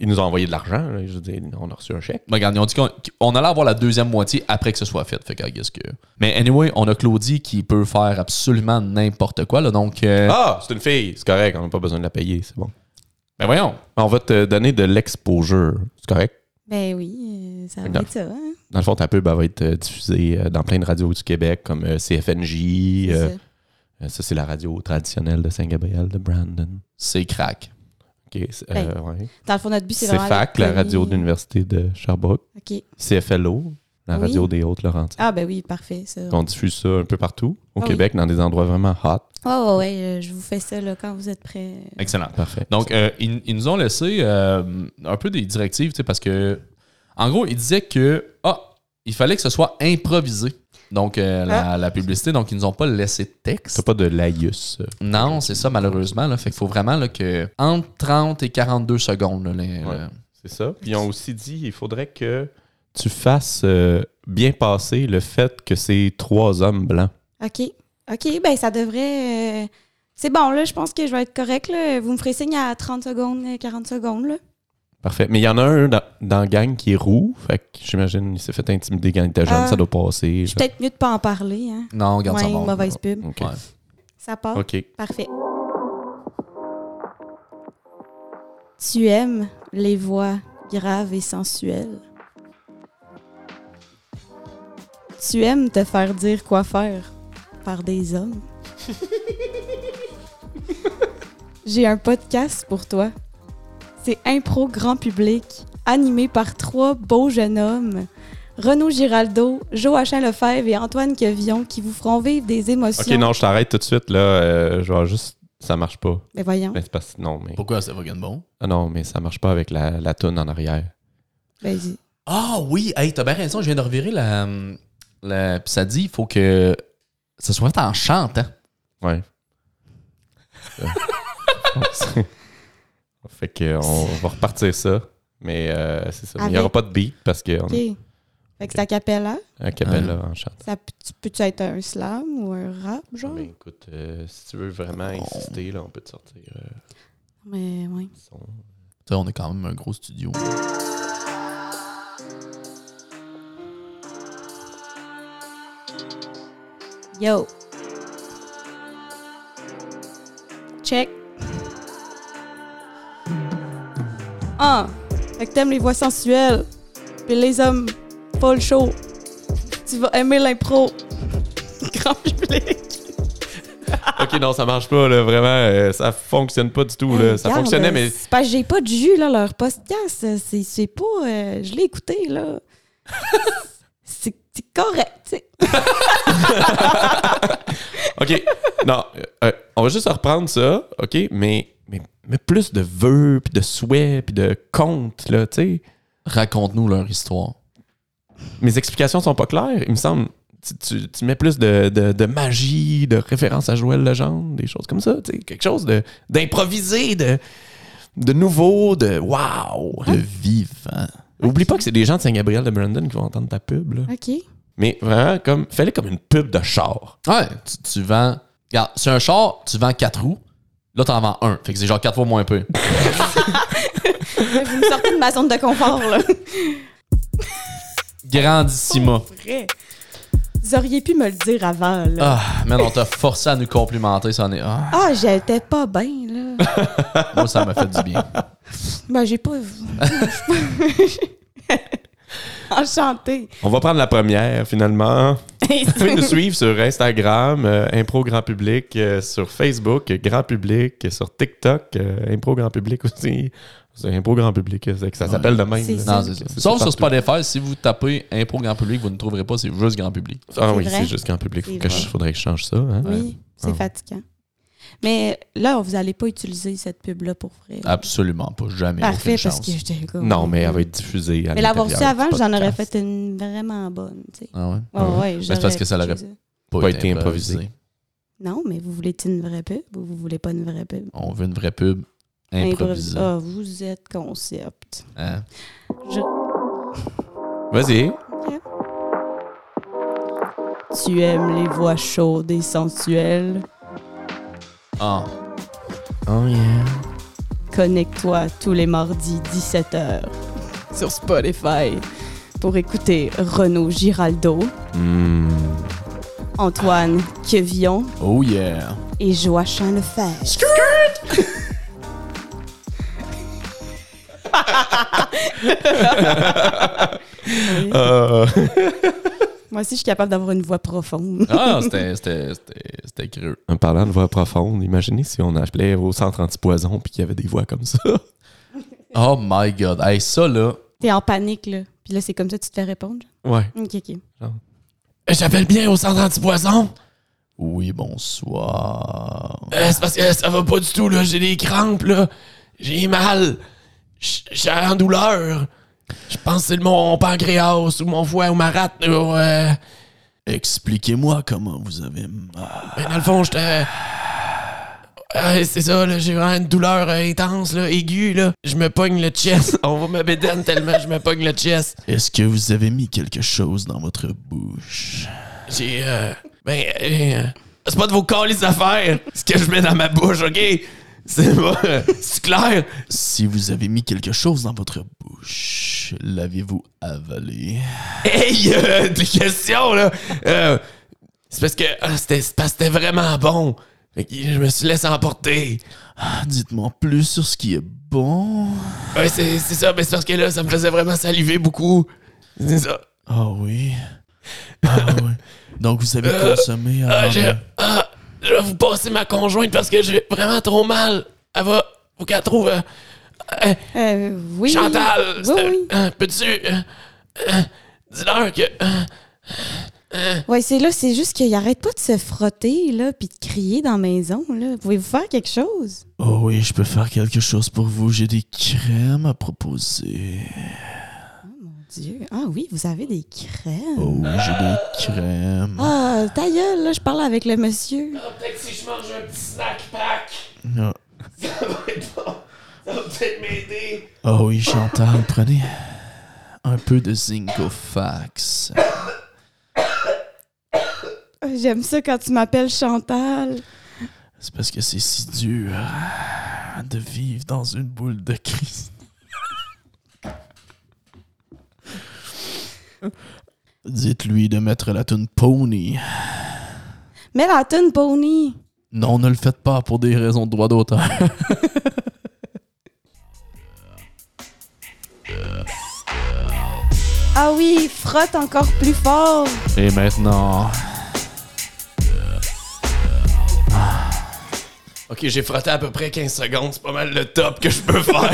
Speaker 1: Ils nous ont envoyé de l'argent. là. Je veux dire, on a reçu un chèque.
Speaker 3: Ben, Regarde, ils ont dit qu'on on allait avoir la deuxième moitié après que ce soit fait. Fait que, I guess que- Mais anyway, on a Claudie qui peut faire absolument n'importe quoi. Là, donc, euh,
Speaker 1: Ah, c'est une fille. C'est correct. On n'a pas besoin de la payer. C'est bon.
Speaker 3: ben voyons.
Speaker 1: On va te donner de l'exposure. C'est correct?
Speaker 2: Ben oui, euh, ça va
Speaker 1: D'accord.
Speaker 2: être ça. hein,
Speaker 1: Dans le fond, ta pub elle va être euh, diffusée euh, dans plein de radios du Québec, comme euh, CFNJ.
Speaker 2: c'est
Speaker 1: euh,
Speaker 2: ça.
Speaker 1: euh, ça, c'est la radio traditionnelle de Saint-Gabriel, de Brandon.
Speaker 3: C'est crack.
Speaker 1: OK. c'est- euh, ouais.
Speaker 2: Dans le fond, notre but, c'est
Speaker 1: C'est
Speaker 2: vraiment.
Speaker 1: FAC, la
Speaker 2: d'être
Speaker 1: radio de
Speaker 2: poli.
Speaker 1: l'Université de Sherbrooke.
Speaker 2: OK.
Speaker 1: CFLO, la
Speaker 2: Oui.
Speaker 1: radio des Hautes-Laurentides.
Speaker 2: Ah, ben oui, parfait. Ça. Ouais,
Speaker 1: On diffuse ça un peu partout au
Speaker 2: Ah oui.
Speaker 1: Québec, dans des endroits vraiment hot.
Speaker 2: ouais, ouais, euh, je vous fais ça là, quand vous êtes prêts.
Speaker 3: Excellent.
Speaker 1: Parfait.
Speaker 3: Donc, euh, ils, ils nous ont laissé euh, un peu des directives, tu sais, parce que, en gros, ils disaient que, ah, il fallait que ce soit improvisé. Donc, euh, la, la publicité, donc, ils nous ont pas laissé de texte.
Speaker 1: T'as pas de laïus. euh.
Speaker 3: Non, c'est ça, malheureusement. Là. Fait qu'il faut vraiment là, que, entre 30 et 42 secondes, là,
Speaker 1: Ouais.
Speaker 3: les- le-
Speaker 1: C'est ça. Puis ils ont aussi dit il faudrait que tu fasses euh, bien passer le fait que c'est trois hommes blancs.
Speaker 2: OK. OK, ben ça devrait. euh, C'est bon, là, je pense que je vais être correct. Là. Vous me ferez signe à 30 secondes, euh, 40 secondes. Là.
Speaker 1: Parfait. Mais il y en a un dans, dans la gang qui est roux. Fait que j'imagine il s'est fait intimider quand il était jeune.
Speaker 2: Ah.
Speaker 1: Ça doit passer.
Speaker 2: Je suis peut-être mieux de pas en parler. Hein.
Speaker 3: Non, on garde
Speaker 2: Ouais,
Speaker 3: ça bon.
Speaker 2: mauvaise pub.
Speaker 1: OK.
Speaker 3: Ouais.
Speaker 2: Ça part.
Speaker 1: OK.
Speaker 2: Parfait. Tu aimes les voix graves et sensuelles. Tu aimes te faire dire quoi faire par des hommes. J'ai un podcast pour toi. C'est Impro Grand Public, animé par trois beaux jeunes hommes. Renaud Giraldo, Joachim Lefebvre et Antoine Quevion qui vous feront vivre des émotions.
Speaker 1: OK, non, je t'arrête tout de suite. là. Euh, je vais juste. Ça marche pas.
Speaker 2: Mais voyons.
Speaker 1: Ben, c'est parce... Non, mais.
Speaker 3: Pourquoi ça va gagner bon?
Speaker 1: Ah non, mais ça marche pas avec la, la toune en arrière.
Speaker 2: Ben, dis-
Speaker 3: Ah oui, hey, t'as bien raison, je viens de revirer la. la puis ça dit, il faut que ça soit fait en hein. chantant.
Speaker 1: Ouais. Euh, fait que on va repartir ça. Mais euh, c'est ça. Mais Il n'y aura
Speaker 2: Avec-
Speaker 1: pas de beat parce qu'on
Speaker 2: OK. Fait que c'est a cappella.
Speaker 1: est à capella en chant.
Speaker 2: Ça peut- tu- Peux-tu être un slam ou un rap, genre?
Speaker 1: Mais écoute, euh, si tu veux vraiment insister, là, on peut te sortir euh,
Speaker 2: Mais ouais.
Speaker 1: le son.
Speaker 3: Tu sais, on est quand même un gros studio.
Speaker 2: Yo. Check. Ah! Fait que t'aimes les voix sensuelles. Puis les hommes, pas le show. Tu vas aimer l'impro. Grand public.
Speaker 1: Ok, non, ça marche pas, là, vraiment. euh, ça fonctionne pas du tout. Là. Ça
Speaker 2: Regarde, euh,
Speaker 1: fonctionnait, mais
Speaker 2: C'est parce que j'ai pas de jus, là, leur podcast. C'est, c'est pas. euh, je l'ai écouté, là. c'est, c'est correct, tu sais.
Speaker 1: OK. Non, euh, euh, on va juste reprendre ça, OK, mais, mais, mais plus de vœux, puis de souhaits, puis de comptes, là, tu sais.
Speaker 3: Raconte-nous leur histoire.
Speaker 1: Mes explications sont pas claires, il me semble. Tu, tu- tu mets plus de, de- de magie, de référence à Joël Legendre, des choses comme ça, tu sais. Quelque chose de- d'improvisé, de, de nouveau, de wow!
Speaker 3: De vivant.
Speaker 1: Oublie pas que c'est des gens de Saint-Gabriel de Brandon qui vont entendre ta pub, là.
Speaker 2: OK.
Speaker 1: Mais vraiment, comme, fallait comme une pub de char.
Speaker 3: Ouais, tu, tu vends. Regarde, c'est un char, tu vends quatre roues. Là, t'en vends un. Fait que c'est genre quatre fois moins peu.
Speaker 2: Vous me sortez de ma zone de confort, là.
Speaker 3: Grandissima.
Speaker 2: Vrai. Vous auriez pu me le dire avant, là.
Speaker 3: Ah, man, on t'a forcé à nous complimenter, ça en est. Ah,
Speaker 2: Ah, j'étais pas bien, là.
Speaker 3: moi, ça m'a fait du bien.
Speaker 2: ben, j'ai pas. Enchantée.
Speaker 1: On va prendre la première, finalement. Vous pouvez nous suivre sur Instagram, euh, Impro Grand Public, euh, sur Facebook, euh, Grand Public, euh, sur TikTok, euh, Impro Grand Public aussi. C'est Impro Grand Public, euh, c'est que ça s'appelle de même.
Speaker 2: C'est
Speaker 1: là.
Speaker 2: ça.
Speaker 3: Non, c'est ça.
Speaker 1: C'est
Speaker 3: Sauf
Speaker 1: partout.
Speaker 3: sur Spotify, si vous tapez impro grand public, vous ne trouverez pas, c'est juste grand public.
Speaker 1: Ah
Speaker 2: C'est
Speaker 1: oui,
Speaker 2: vrai.
Speaker 1: c'est juste Grand Public. Faut
Speaker 2: C'est
Speaker 1: que je,
Speaker 2: vrai.
Speaker 1: faudrait que je change ça. hein.
Speaker 2: Oui, c'est
Speaker 1: Ah.
Speaker 2: fatigant. Mais là, vous n'allez pas utiliser cette pub-là pour vrai.
Speaker 1: Ah,
Speaker 3: Absolument pas, jamais.
Speaker 2: Parfait,
Speaker 3: aucune chance.
Speaker 2: parce que j'étais comme-
Speaker 1: Non, mais elle va être diffusée. À
Speaker 2: Mais l'avoir su
Speaker 1: l'intérieur
Speaker 2: avant,
Speaker 1: du
Speaker 2: j'en aurais
Speaker 1: podcast.
Speaker 2: fait une vraiment bonne. tu sais.
Speaker 3: Ah ouais?
Speaker 2: Ouais,
Speaker 1: Ouais.
Speaker 2: ouais,
Speaker 3: c'est parce que ça
Speaker 2: j'aurais
Speaker 3: l'aurait-
Speaker 2: pitché
Speaker 1: Pas été improvisé.
Speaker 2: Non, mais vous voulez une vraie pub ou vous voulez pas une vraie pub?
Speaker 3: On veut une vraie pub improvisée.
Speaker 2: Ah, vous êtes concept.
Speaker 3: Hein?
Speaker 1: Vas-y.
Speaker 2: Tu aimes les voix chaudes et sensuelles?
Speaker 3: Ah,
Speaker 1: Oh yeah.
Speaker 2: Connecte-toi tous les mardis 17h sur Spotify pour écouter Renaud Giraldo, Antoine Quevillon
Speaker 3: Hmm. oh yeah.
Speaker 2: et Joachim Lefebvre. Moi aussi, je suis capable d'avoir une voix profonde.
Speaker 3: Ah, c'était- c'était c'était- c'était creux.
Speaker 1: en parlant de voix profonde, imaginez si on appelait au centre antipoison puis qu'il y avait des voix comme ça.
Speaker 3: Oh my god. Hey, ça là.
Speaker 2: T'es en panique, là. Puis là, c'est comme ça que tu te fais répondre. genre?
Speaker 1: Ouais.
Speaker 2: Ok, ok.
Speaker 5: Euh, J'appelle bien au centre antipoison.
Speaker 3: Oui, bonsoir.
Speaker 5: Euh, c'est parce que ça va pas du tout, là. J'ai des crampes, là. J'ai mal. J- J'ai en douleur. Je pense que c'est de mon pancréas ou mon foie ou ma rate. Ou, euh,
Speaker 4: Expliquez-moi comment vous avez mal.
Speaker 5: ben, dans le fond, j'étais. Euh, c'est ça, là. J'ai vraiment une douleur euh, intense, là, aiguë, là. Je me pogne le chest. On va me bédaine tellement je me pogne le chest.
Speaker 4: Est-ce que vous avez mis quelque chose dans votre bouche?
Speaker 5: J'ai. euh, ben. euh, c'est pas de vos calices d'affaires, ce que je mets dans ma bouche, ok? C'est moi. C'est clair?
Speaker 4: Si vous avez mis quelque chose dans votre bouche, l'avez-vous avalé?
Speaker 5: Hey, euh, des questions, là. Euh, c'est parce que ah, c'était c'est parce que c'était vraiment bon. Fait que Je me suis laissé emporter.
Speaker 4: Ah, Dites-moi plus sur ce qui est bon.
Speaker 5: Ouais, c'est c'est ça, mais c'est parce que là, ça me faisait vraiment saliver beaucoup. C'est ça.
Speaker 4: Ah oui. Ah oui. Donc vous avez consommé
Speaker 5: Ah,
Speaker 4: avant
Speaker 5: je,
Speaker 4: de-
Speaker 5: ah, je vais vous passer ma conjointe parce que j'ai vraiment trop mal. Elle va. Vous qu'elle trouve. euh, euh,
Speaker 2: Euh, oui.
Speaker 5: Chantal!
Speaker 2: Oui,
Speaker 5: c'est-
Speaker 2: oui.
Speaker 5: euh, Peux-tu. euh, euh, Dis-leur que. euh,
Speaker 2: Ouais, c'est là, c'est juste qu'il arrête pas de se frotter, là, puis de crier dans la maison, là. Pouvez-vous faire quelque chose?
Speaker 4: Oh oui, je peux faire quelque chose pour vous. J'ai des crèmes à proposer.
Speaker 2: Mon Dieu. Ah oui, vous avez des crèmes.
Speaker 4: Oh oui, j'ai des crèmes.
Speaker 2: Ah, ta gueule, là, je parle avec le monsieur.
Speaker 5: Peut-être si je mange un petit snack pack,
Speaker 4: Ah.
Speaker 5: ça va être bon. Ça va peut-être m'aider.
Speaker 4: Oh oui, Chantal, prenez un peu de Zincofax.
Speaker 2: Ah, J'aime ça quand tu m'appelles Chantal.
Speaker 4: C'est parce que c'est si dur hein, de vivre dans une boule de crise. Dites-lui de mettre la toune Pony.
Speaker 2: Mais la toune Pony.
Speaker 4: Non, ne le faites pas pour des raisons de droit d'auteur.
Speaker 2: Ah oui, frotte encore plus fort.
Speaker 4: Et maintenant,
Speaker 5: Ok, j'ai frotté à peu près 15 secondes. C'est pas mal le top que je peux faire.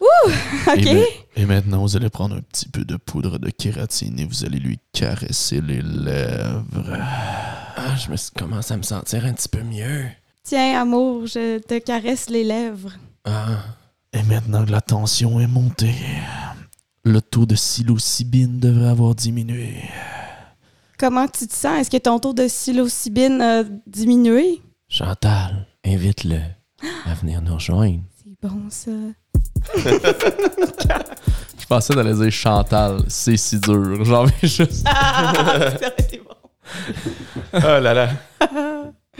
Speaker 5: Eh
Speaker 2: OK?
Speaker 5: ben.
Speaker 4: Et, ma- et maintenant, vous allez prendre un petit peu de poudre de kératine et vous allez lui caresser les lèvres.
Speaker 5: ah, je me s- commence à me sentir un petit peu mieux.
Speaker 2: Tiens, amour, je te caresse les lèvres.
Speaker 5: Ah,
Speaker 4: Et maintenant que la tension est montée, le taux de psilocybine devrait avoir diminué.
Speaker 2: Comment tu te sens? Est-ce que ton taux de psilocybine a diminué?
Speaker 5: Chantal, invite-le à venir nous rejoindre.
Speaker 2: C'est bon, ça.
Speaker 3: Je pensais d'aller dire Chantal, c'est si dur. J'en vais juste.
Speaker 1: Oh
Speaker 2: Ah
Speaker 1: là là.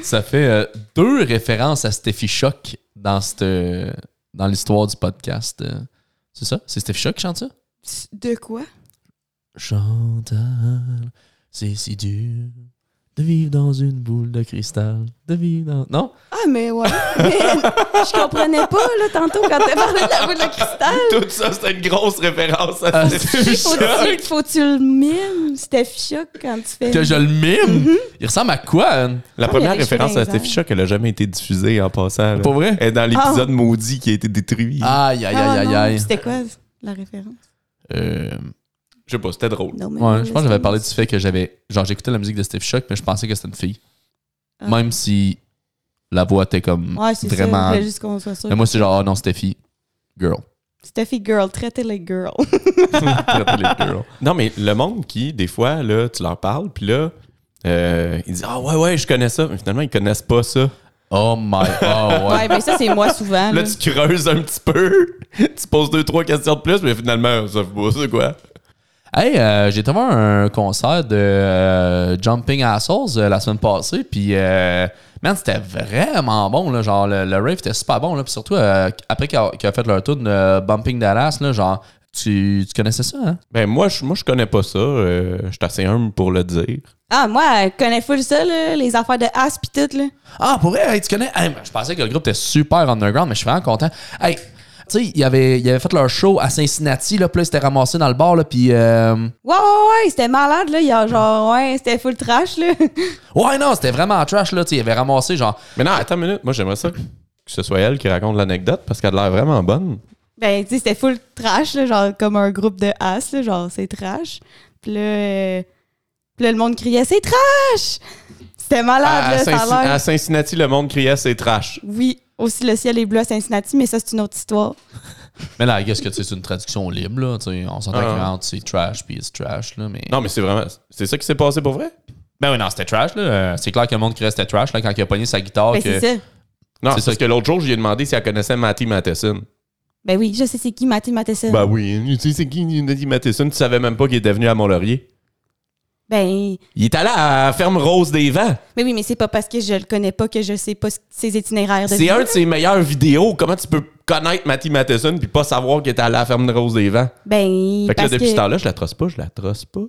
Speaker 3: Ça fait euh, deux références à Steffi Choc dans cette euh, dans l'histoire du podcast. euh. C'est ça? C'est Steffi Choc qui chante ça?
Speaker 2: De quoi?
Speaker 4: Chantal, c'est si dur de vivre dans une boule de cristal, de vivre dans... Non?
Speaker 2: Ah, mais ouais. Mais je comprenais pas, là, tantôt, quand t'as parlé de la boule de cristal.
Speaker 5: Tout ça, c'était une grosse référence
Speaker 4: Ah,
Speaker 3: Ah,
Speaker 5: à cette
Speaker 2: Faut que tu- faut que tu le mimes. C'était fichoc quand tu fais.
Speaker 3: Que je le mime?
Speaker 4: Mm-hmm.
Speaker 3: Il ressemble à quoi? hein? Anne?
Speaker 1: La
Speaker 2: Ah,
Speaker 1: première
Speaker 2: il y a des
Speaker 1: référence à
Speaker 2: cheveux
Speaker 1: Steffi Choc, elle a jamais été diffusée en passant. là.
Speaker 3: Pour vrai?
Speaker 1: Euh, Elle est dans l'épisode maudit qui a été détruit.
Speaker 3: Aïe, aïe,
Speaker 2: Ah,
Speaker 3: aïe, aïe,
Speaker 2: non,
Speaker 3: aïe.
Speaker 2: C'était quoi la référence?
Speaker 3: Euh,
Speaker 1: Je sais pas, c'était drôle.
Speaker 2: Non, mais
Speaker 3: ouais, je pense que j'avais parlé du fait que j'avais. Genre, j'écoutais la musique de Steve Shock, mais je pensais que c'était une fille.
Speaker 2: Ah.
Speaker 3: Même si la voix était comme
Speaker 2: Ouais, c'est ça.
Speaker 3: vraiment.
Speaker 2: Je voulais juste qu'on soit sûr.
Speaker 3: mais moi, c'est genre, ah non, Steffi, girl.
Speaker 2: Stuffy girl, traitez les girl.
Speaker 1: Non, mais le monde qui, des fois, là, tu leur parles, puis là, euh, ils disent Ah ouais, ouais, je connais ça. Mais finalement, ils connaissent pas ça.
Speaker 3: Oh my, oh
Speaker 2: ouais,
Speaker 3: ouais.
Speaker 2: ben ça, c'est moi souvent.
Speaker 1: Là,
Speaker 2: là.
Speaker 1: tu creuses un petit peu. tu poses deux, trois questions de plus, mais finalement, ça fait pas ça, quoi.
Speaker 3: Hey, euh, j'ai été voir un concert de euh, Jumping Assholes euh, la semaine passée, puis euh, man, c'était vraiment bon, là, genre le, le rave était super bon, là, puis surtout euh, après qu'ils a fait leur tour de Bumping Dallas, là, genre, tu, tu connaissais ça, hein?
Speaker 1: Ben, moi, je, moi, je connais pas ça. Euh, je suis assez humble pour le dire.
Speaker 2: Ah, moi, je connais full ça, là, les affaires de as pis tout, là.
Speaker 3: Ah, pour vrai? Hey, tu connais? Hey, je pensais que le groupe était super underground, mais je suis vraiment content. Hey, tu sais, ils avaient, ils avaient fait leur show à Cincinnati, là, puis là, ils s'étaient ramassés dans le bar, là, puis... euh,
Speaker 2: Ouais, ouais, ouais, c'était malade, là. Il y a genre, ouais, c'était full trash, là.
Speaker 3: Ouais, non, c'était vraiment trash, là, tu sais, ils avaient ramassé, genre...
Speaker 1: Mais non, attends une minute. Moi, j'aimerais ça que ce soit elle qui raconte l'anecdote parce qu'elle a l'air vraiment bonne.
Speaker 2: Ben, tu sais, c'était full trash, là, genre comme un groupe de as, là, genre c'est trash. Puis là, euh, puis là, le monde criait c'est trash! C'était malade,
Speaker 1: À, à
Speaker 2: Ah, là, ça
Speaker 1: Cinci-
Speaker 2: a l'air.
Speaker 1: à Cincinnati, le monde criait c'est trash.
Speaker 2: Oui, aussi le ciel est bleu à Cincinnati, mais ça, c'est une autre histoire.
Speaker 3: Mais là, qu'est-ce que tu sais, c'est une traduction libre, là, tu sais, on s'entend
Speaker 1: Ah.
Speaker 3: que vraiment, c'est trash, puis c'est trash, là, mais...
Speaker 1: Non, mais c'est vraiment. C'est ça qui s'est passé pour vrai?
Speaker 3: Ben oui, non, c'était trash, là, euh, c'est clair que le monde qui restait trash, là, quand il a pogné sa guitare,
Speaker 2: Ben,
Speaker 3: que...
Speaker 2: c'est ça.
Speaker 1: Non,
Speaker 3: C'est
Speaker 1: c'est
Speaker 3: ça
Speaker 1: parce que l'autre jour, je lui ai demandé si elle connaissait Matty Matheson.
Speaker 2: Ben oui, je sais c'est qui, Mathieu Matheson.
Speaker 1: Bah oui, tu sais, c'est qui Matty Matheson? Tu savais même pas qu'il était venu à Mont-Laurier.
Speaker 2: Ben,
Speaker 1: Il est allé à la Ferme Rose des Vents.
Speaker 2: mais oui, mais c'est pas parce que je le connais pas que je sais pas ce- ses itinéraires de vie.
Speaker 1: C'est un de ses meilleures vidéos. Comment tu peux connaître Matty Matheson puis pas savoir qu'il est allé à la Ferme Rose des Vents? Fait
Speaker 2: Ben,
Speaker 1: que là,
Speaker 2: parce
Speaker 1: depuis ce
Speaker 2: que
Speaker 1: temps-là, je la trosse pas, je la trosse pas.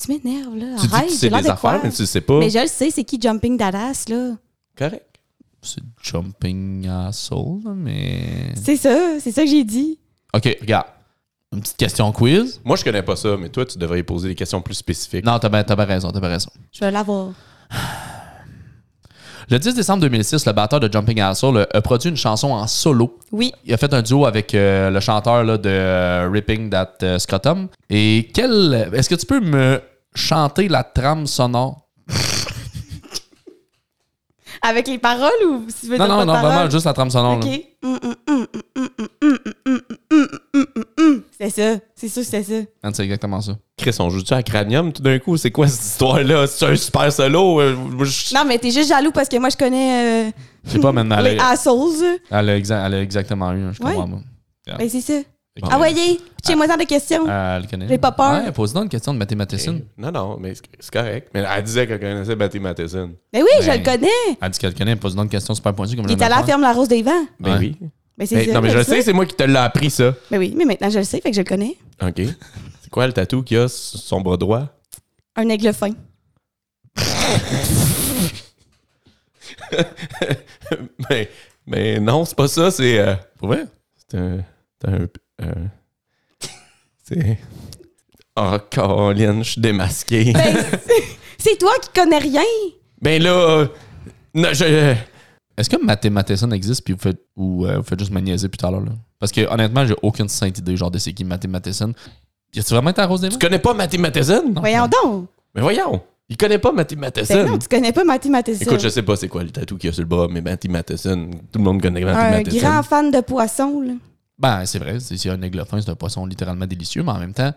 Speaker 2: tu m'énerves, là.
Speaker 1: Tu dis
Speaker 2: Arrête,
Speaker 1: que tu sais
Speaker 2: j'ai l'air
Speaker 1: des
Speaker 2: de quoi?
Speaker 1: affaires, mais tu le sais pas.
Speaker 2: Mais je le sais, c'est qui Jumping Dallas, là.
Speaker 1: Correct.
Speaker 3: C'est jumping asshole, là, mais...
Speaker 2: C'est ça, c'est ça que j'ai dit.
Speaker 3: OK, regarde, une petite question quiz.
Speaker 1: Moi, je connais pas ça, mais toi, tu devrais poser des questions plus spécifiques.
Speaker 3: Non, t'as bien t'as bien raison, t'as bien raison.
Speaker 2: Je vais l'avoir.
Speaker 3: Le 10 décembre 2006, le batteur de Jumping Asshole euh, a produit une chanson en solo.
Speaker 2: Oui.
Speaker 3: Il a fait un duo avec euh, le chanteur là, de euh, Ripping That euh, Scrotum. Et quel. Est-ce que tu peux me chanter la trame sonore?
Speaker 2: Avec les paroles ou si tu veux
Speaker 3: Non,
Speaker 2: dire
Speaker 3: non,
Speaker 2: pas de
Speaker 3: non,
Speaker 2: paroles?
Speaker 3: vraiment, juste la trame sonore. là.
Speaker 2: OK. Hum, hum, hum, hum, hum, hum, hum, hum, hum, hum, hum. C'est ça. C'est sûr que c'est ça.
Speaker 3: Man, C'est exactement ça.
Speaker 1: Chris, on joue-tu à Cranium tout d'un coup? C'est quoi cette histoire-là? C'est un super solo? Euh, je-
Speaker 2: Non, mais t'es juste jaloux parce que moi, je connais euh,
Speaker 3: Je sais pas, man, elle,
Speaker 2: les
Speaker 3: a-
Speaker 2: assholes.
Speaker 3: elle a exa- elle a exactement eu. hein, Je
Speaker 2: Ouais.
Speaker 3: comprends, moi.
Speaker 2: Ben, c'est ça.
Speaker 3: Fait que,
Speaker 2: Ah, voyez, pitchez-moi tant de questions.
Speaker 3: euh, Elle le connaît.
Speaker 2: J'ai pas peur.
Speaker 3: Ouais, pose-donc une question de mathématicienne.
Speaker 1: Non, non, mais c'est- c'est correct. Mais elle disait qu'elle connaissait Matty Matheson.
Speaker 2: Ben oui, je
Speaker 3: ben,
Speaker 2: le connais.
Speaker 3: Elle dit qu'elle le connaît, pose-donc une question super pointue comme
Speaker 2: Il est allé à la
Speaker 3: Jonathan.
Speaker 2: ferme La Rose des Vents.
Speaker 1: Ben
Speaker 3: Ouais.
Speaker 1: oui.
Speaker 2: Ben, c'est
Speaker 1: Ben,
Speaker 2: ça.
Speaker 1: non, mais je le sais,
Speaker 2: sais.
Speaker 1: c'est moi qui te l'ai appris, ça.
Speaker 2: Ben oui, mais maintenant, je le sais, fait que je le connais.
Speaker 1: OK. C'est quoi le tatou qu'il a sur son bras droit?
Speaker 2: Un aigle fin.
Speaker 1: mais, mais non, c'est pas ça, c'est... euh,
Speaker 3: Pour vrai?
Speaker 1: c'est un... C'est un... un- c'est... Oh, Colin, je suis démasqué.
Speaker 2: Ben, c'est- c'est toi qui connais rien.
Speaker 1: Ben là... euh, non, je...
Speaker 3: Est-ce que mathématicienne existe puis vous faites ou euh, vous faites juste me niaiser plus tard là? Parce que honnêtement, j'ai aucune sainte idée genre de c'est qui mathématicienne. Y a-tu vraiment été à Rose des
Speaker 1: Tu
Speaker 3: Vents?
Speaker 1: connais pas Matty Matheson?
Speaker 2: Voyons donc.
Speaker 1: Mais voyons, il connaît pas Matty
Speaker 2: Ben
Speaker 1: Matheson.
Speaker 2: non, tu connais pas Mathieu Matheson.
Speaker 1: Écoute, je sais pas c'est quoi le tatou qu'il y a sur le bras, mais Matty Matheson, tout le monde connaît Matty
Speaker 2: Un
Speaker 1: Matheson.
Speaker 2: grand fan de poissons, là.
Speaker 3: Ben c'est vrai, c'est c'est un aiglefin, c'est un poisson littéralement délicieux, mais en même temps.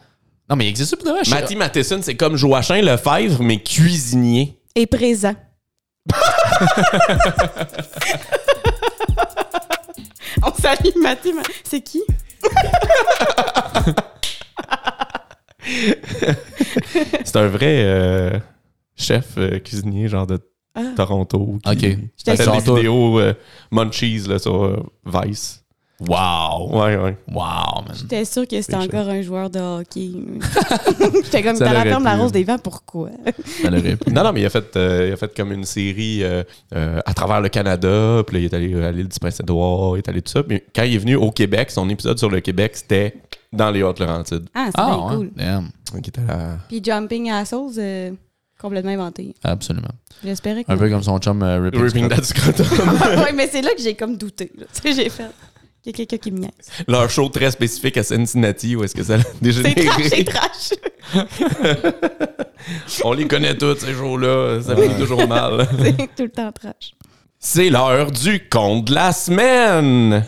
Speaker 3: Non mais il existe pour de vrai, je sais-
Speaker 1: Matty Matheson, c'est comme Joachim Lefebvre, mais cuisinier.
Speaker 2: Et présent. On salue Mathieu. Ma- C'est qui?
Speaker 1: C'est un vrai euh, chef euh, cuisinier, genre de Toronto.
Speaker 3: Ok.
Speaker 1: Qui fait
Speaker 3: J'étais
Speaker 1: des
Speaker 3: Toronto.
Speaker 1: vidéos euh, munchies là, sur euh, Vice.
Speaker 5: Wow!
Speaker 6: Ouais, ouais.
Speaker 5: Wow, man.
Speaker 2: J'étais sûre que c'était
Speaker 6: Oui, je
Speaker 2: encore un joueur de hockey. J'étais comme, t'as la
Speaker 6: l'aurait
Speaker 2: ferme la
Speaker 6: pu.
Speaker 5: hein.
Speaker 2: rose des vents, pourquoi?
Speaker 5: Ça l'aurait pu.
Speaker 6: Non, non, mais il a fait, euh, il a fait comme une série euh, euh, à travers le Canada, puis là, il est allé euh, à l'île du Prince-Édouard, il est allé tout ça. Mais quand il est venu au Québec, son épisode sur le Québec, c'était dans les Hautes-Laurentides.
Speaker 2: Ah, c'est
Speaker 5: Ah,
Speaker 2: bien
Speaker 5: ouais.
Speaker 2: cool.
Speaker 5: Damn.
Speaker 6: Donc, il était là.
Speaker 2: Puis Jumping Assholes, euh, complètement inventé.
Speaker 5: Absolument.
Speaker 2: J'espérais que.
Speaker 5: Un peu comme son chum euh, Ripping
Speaker 6: Ripping
Speaker 5: Scott.
Speaker 6: Dad Scrotum.
Speaker 2: oui, mais c'est là que j'ai comme douté. là. Tu sais, j'ai fait. Il y a quelqu'un qui me niaise.
Speaker 6: Leur show très spécifique à Cincinnati, où est-ce que ça a
Speaker 2: C'est trash, c'est
Speaker 6: dégénéré?
Speaker 2: trash.
Speaker 6: On les connaît tous, ces shows-là. Ça fait toujours mal.
Speaker 2: c'est tout le temps trash.
Speaker 6: C'est l'heure du conte de la semaine.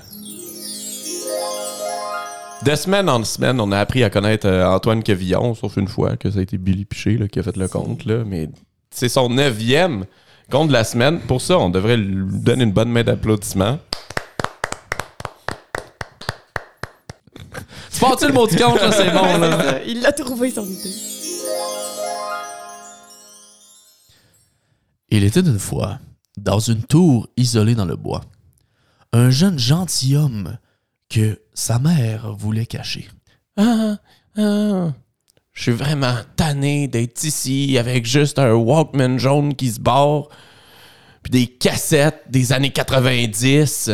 Speaker 6: De semaine en semaine, on a appris à connaître euh, Antoine Quevillon, sauf une fois que ça a été Billy Piché là, qui a fait le conte, là, mais c'est son neuvième conte de la semaine. Pour ça, on devrait lui donner une bonne main d'applaudissement.
Speaker 5: Tu parti le mot du compte, là, c'est bon, là.
Speaker 2: Euh, il l'a trouvé son idée.
Speaker 3: Il était une fois, dans une tour isolée dans le bois, un jeune gentilhomme que sa mère voulait cacher.
Speaker 1: Ah, ah. Je suis vraiment tanné d'être ici avec juste un Walkman jaune qui se barre, puis des cassettes des années 90.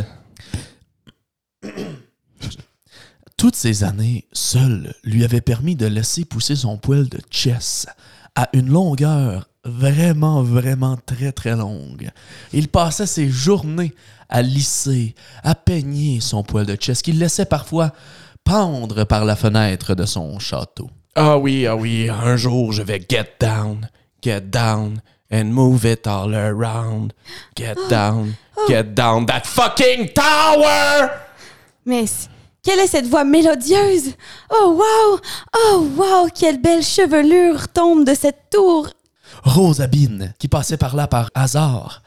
Speaker 3: Toutes ces années, seul lui avait permis de laisser pousser son poil de chess à une longueur vraiment, vraiment très, très longue. Il passait ses journées à lisser, à peigner son poil de chess qu'il laissait parfois pendre par la fenêtre de son château.
Speaker 1: Ah oui, ah oui, un jour je vais get down, get down, and move it all around. Get down, get down, that fucking tower!
Speaker 2: Mais c- quelle est cette voix mélodieuse? Oh wow! Oh wow! Quelle belle chevelure tombe de cette tour!
Speaker 3: Rosabine, qui passait par là par hasard,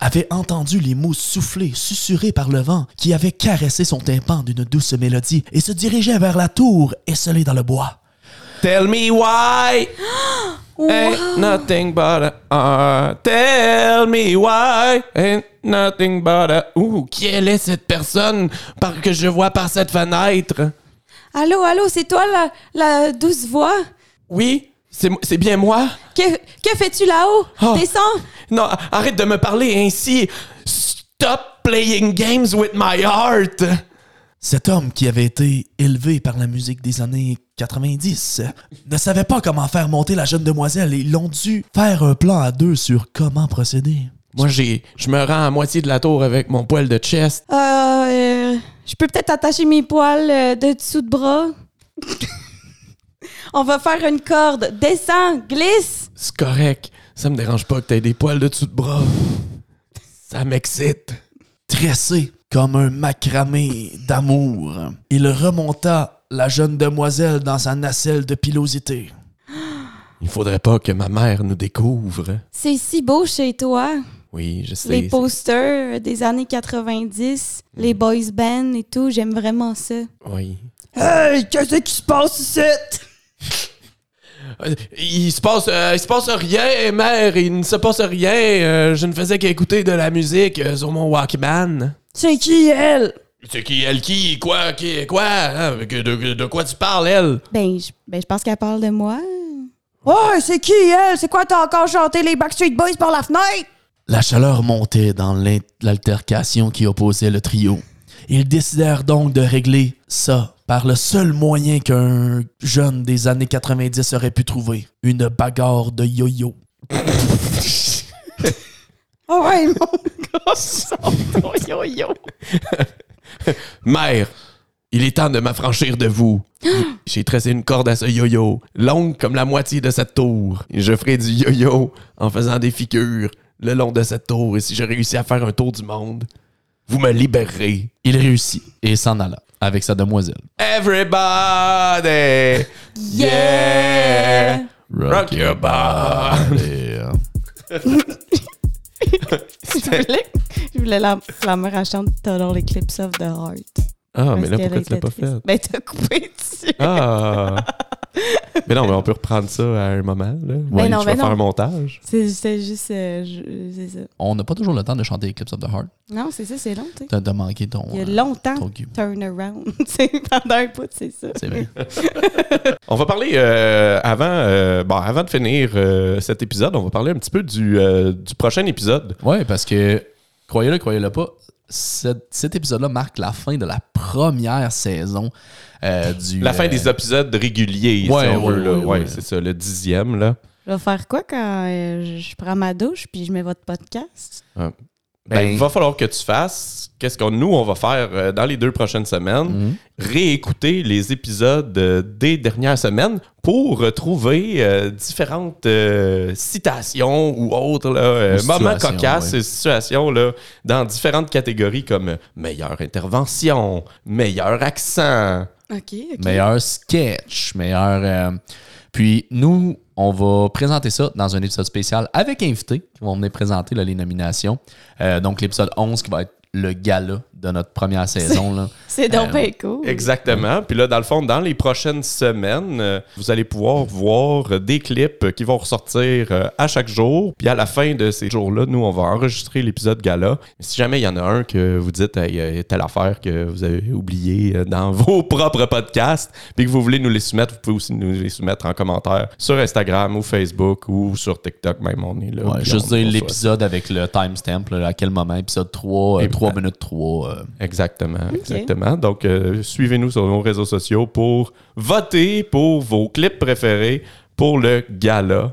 Speaker 3: avait entendu les mots soufflés, susurrés par le vent, qui avait caressé son tympan d'une douce mélodie, et se dirigeait vers la tour, esselée dans le bois.
Speaker 1: Tell me why ain't
Speaker 2: Wow!
Speaker 1: nothing but a uh, Tell me why ain't nothing but a Ouh, quelle est cette personne par que je vois par cette fenêtre?
Speaker 2: Allô, allô, c'est toi la, la douce voix?
Speaker 1: Oui, c'est mo- c'est bien moi?
Speaker 2: Que, que fais-tu là-haut?
Speaker 1: Oh.
Speaker 2: Descends!
Speaker 1: Non, arrête de me parler ainsi. Stop playing games with my heart.
Speaker 3: Cet homme qui avait été élevé par la musique des années 90 ne savait pas comment faire monter la jeune demoiselle et ils l'ont dû faire un plan à deux sur comment procéder.
Speaker 1: Moi, j'ai, je me rends à moitié de la tour avec mon poil de chest.
Speaker 2: Euh, euh, je peux peut-être attacher mes poils euh, de dessous de bras. On va faire une corde. Descends, glisse.
Speaker 1: C'est correct. Ça me dérange pas que t'aies des poils de dessous de bras. Ça m'excite.
Speaker 3: Tressé comme un macramé d'amour, il remonta la jeune demoiselle dans sa nacelle de pilosité.
Speaker 1: Il faudrait pas que ma mère nous découvre.
Speaker 2: C'est si beau chez toi.
Speaker 1: Oui, je sais.
Speaker 2: Les posters euh, des années 90, les boys bands et tout, j'aime vraiment ça.
Speaker 1: Oui.
Speaker 2: Hey, qu'est-ce qui se passe ici?
Speaker 1: Euh, Il se passe, euh, il se passe rien, mère. Il ne se passe rien. Euh, je ne faisais qu'écouter de la musique euh, sur mon Walkman.
Speaker 2: C'est qui, elle?
Speaker 1: C'est qui, elle, qui, quoi, qui, quoi? hein? Que- De, de- de quoi tu parles, elle?
Speaker 2: Ben, je ben, je pense qu'elle parle de moi. Ouais, c'est qui, elle? C'est quoi, t'as encore chanté les Backstreet Boys par la fenêtre?
Speaker 3: La chaleur montait dans l'in- l'altercation qui opposait le trio. Ils décidèrent donc de régler ça par le seul moyen qu'un jeune des années 90 aurait pu trouver, une bagarre de yo-yo.
Speaker 2: Oh ouais, mon gars, son yo-yo.
Speaker 1: Mère, il est temps de m'affranchir de vous. J'ai tressé une corde à ce yo-yo, longue comme la moitié de cette tour. Et je ferai du yo-yo en faisant des figures le long de cette tour. Et si je réussis à faire un tour du monde, vous me libérerez.
Speaker 3: Il réussit et s'en alla avec sa demoiselle.
Speaker 1: Everybody! Yeah! Rock your body!
Speaker 2: je voulais, je voulais la, la mère à chante Total Eclipse of the Heart.
Speaker 6: Ah,
Speaker 2: Parce
Speaker 6: mais là,
Speaker 2: qu'elle Ben,
Speaker 6: pourquoi tu l'as
Speaker 2: était
Speaker 6: pas fait?
Speaker 2: triste. Ben, t'as coupé dessus.
Speaker 6: Ah!
Speaker 1: Mais non, mais on peut reprendre ça à un moment. Là.
Speaker 2: Ben non,
Speaker 1: je
Speaker 2: ben
Speaker 1: vais faire
Speaker 2: non.
Speaker 1: un montage.
Speaker 2: C'est c'est juste. euh, je- c'est ça.
Speaker 3: On n'a pas toujours le temps de chanter Eclipse of the Heart.
Speaker 2: Non, c'est ça, c'est long, tu sais.
Speaker 3: T'as de manquer ton.
Speaker 2: Il y a
Speaker 3: euh,
Speaker 2: longtemps.
Speaker 3: ton cue.
Speaker 2: Turnaround, tu sais, pendant un bout, c'est ça.
Speaker 3: C'est vrai.
Speaker 1: On va parler, euh, avant, euh, bon, avant de finir euh, cet épisode, on va parler un petit peu du, euh, du prochain épisode.
Speaker 3: Ouais, parce que, croyez-le, croyez-le pas, cet, cet épisode-là marque la fin de la première saison euh, du.
Speaker 1: La fin
Speaker 3: euh,
Speaker 1: des épisodes réguliers,
Speaker 3: Ouais,
Speaker 1: si on
Speaker 3: ouais,
Speaker 1: veut. là.
Speaker 3: ouais,
Speaker 1: Ouais,
Speaker 3: ouais.
Speaker 1: c'est ça, le dixième. Là.
Speaker 2: Je vais faire quoi quand euh, je- je prends ma douche puis je mets votre podcast?
Speaker 1: Ben,
Speaker 3: Ben-
Speaker 1: il va falloir que tu fasses qu'est-ce qu'on nous on va faire euh, dans les deux prochaines semaines,
Speaker 3: Mhm.
Speaker 1: réécouter les épisodes euh, des dernières semaines pour retrouver euh, différentes euh, citations ou autres là, euh,
Speaker 3: Ou
Speaker 1: moments
Speaker 3: situations,
Speaker 1: cocasses,
Speaker 3: ouais.
Speaker 1: et situations là, dans différentes catégories comme meilleure intervention, meilleur accent.
Speaker 2: OK, OK.
Speaker 3: meilleur sketch, meilleur. euh, Puis nous, on va présenter ça dans un épisode spécial avec invités qui vont venir présenter là, les nominations. Euh, donc l'épisode 11 qui va être le gala de notre première saison. Là.
Speaker 2: C'est donc
Speaker 3: Euh,
Speaker 2: bien cool.
Speaker 1: Exactement. Puis là, dans le fond, dans les prochaines semaines, euh, vous allez pouvoir voir euh, des clips qui vont ressortir euh, à chaque jour. Puis à la fin de ces jours-là, nous, on va enregistrer l'épisode gala. Si jamais il y en a un que vous dites, hey, euh, telle affaire que vous avez oublié euh, dans vos propres podcasts, puis que vous voulez nous les soumettre, vous pouvez aussi nous les soumettre en commentaire sur Instagram ou Facebook ou sur TikTok même. On est là.
Speaker 3: Ouais,
Speaker 1: Puis
Speaker 3: juste
Speaker 1: on-
Speaker 3: dire
Speaker 1: on reçoit ça.
Speaker 3: l'épisode avec le timestamp, là, à quel moment, épisode 3, euh, 3 minutes 3. euh,
Speaker 1: Exactement, exactement. Donc, euh, suivez-nous sur nos réseaux sociaux pour voter pour vos clips préférés pour le gala.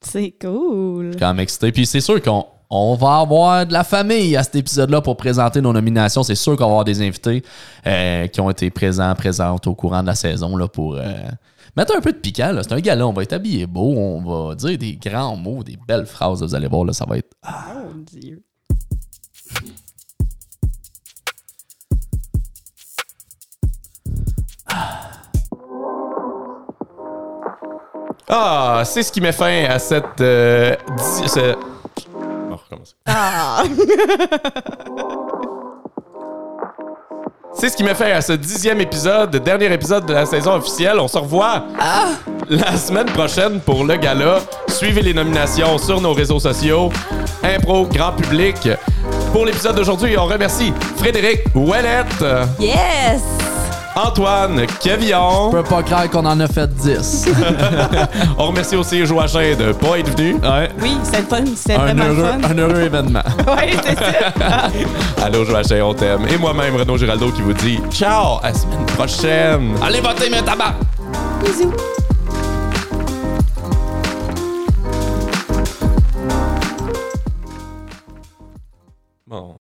Speaker 2: C'est cool.
Speaker 3: quand même excité. Puis c'est sûr qu'on on va avoir de la famille à cet épisode-là pour présenter nos nominations. C'est sûr qu'on va avoir des invités euh, qui ont été présents, présentes au courant de la saison là, pour euh, mettre un peu de piquant. là. C'est un gala, on va être habillé beau, on va dire des grands mots, des belles phrases. là, vous allez voir, là, ça va être. Ah,
Speaker 2: Mon Dieu.
Speaker 1: Ah, c'est ce qui met fin à cette. euh, di- ce- On va recommencer. C'est ce qui met fin à ce dixième épisode, dernier épisode de la saison officielle. On se revoit la semaine prochaine pour le gala. Suivez les nominations sur nos réseaux sociaux. Impro, grand public. Pour l'épisode d'aujourd'hui, on remercie Frédéric Ouellette,
Speaker 2: Yes!
Speaker 1: Antoine Cavillon.
Speaker 3: on peut pas croire qu'on en a fait 10.
Speaker 1: On remercie aussi Joachim de pas être venu.
Speaker 2: Oui, c'est le fun. C'est
Speaker 3: un,
Speaker 2: vraiment le
Speaker 3: heureux,
Speaker 2: fun.
Speaker 3: un heureux événement.
Speaker 2: Ouais, c'est ça.
Speaker 1: Allô Joachim, on t'aime. Et moi-même, Renaud Giraldo, qui vous dit ciao, à la semaine prochaine.
Speaker 3: allez voter, mes tabacs!
Speaker 2: Bisous.
Speaker 1: Bon.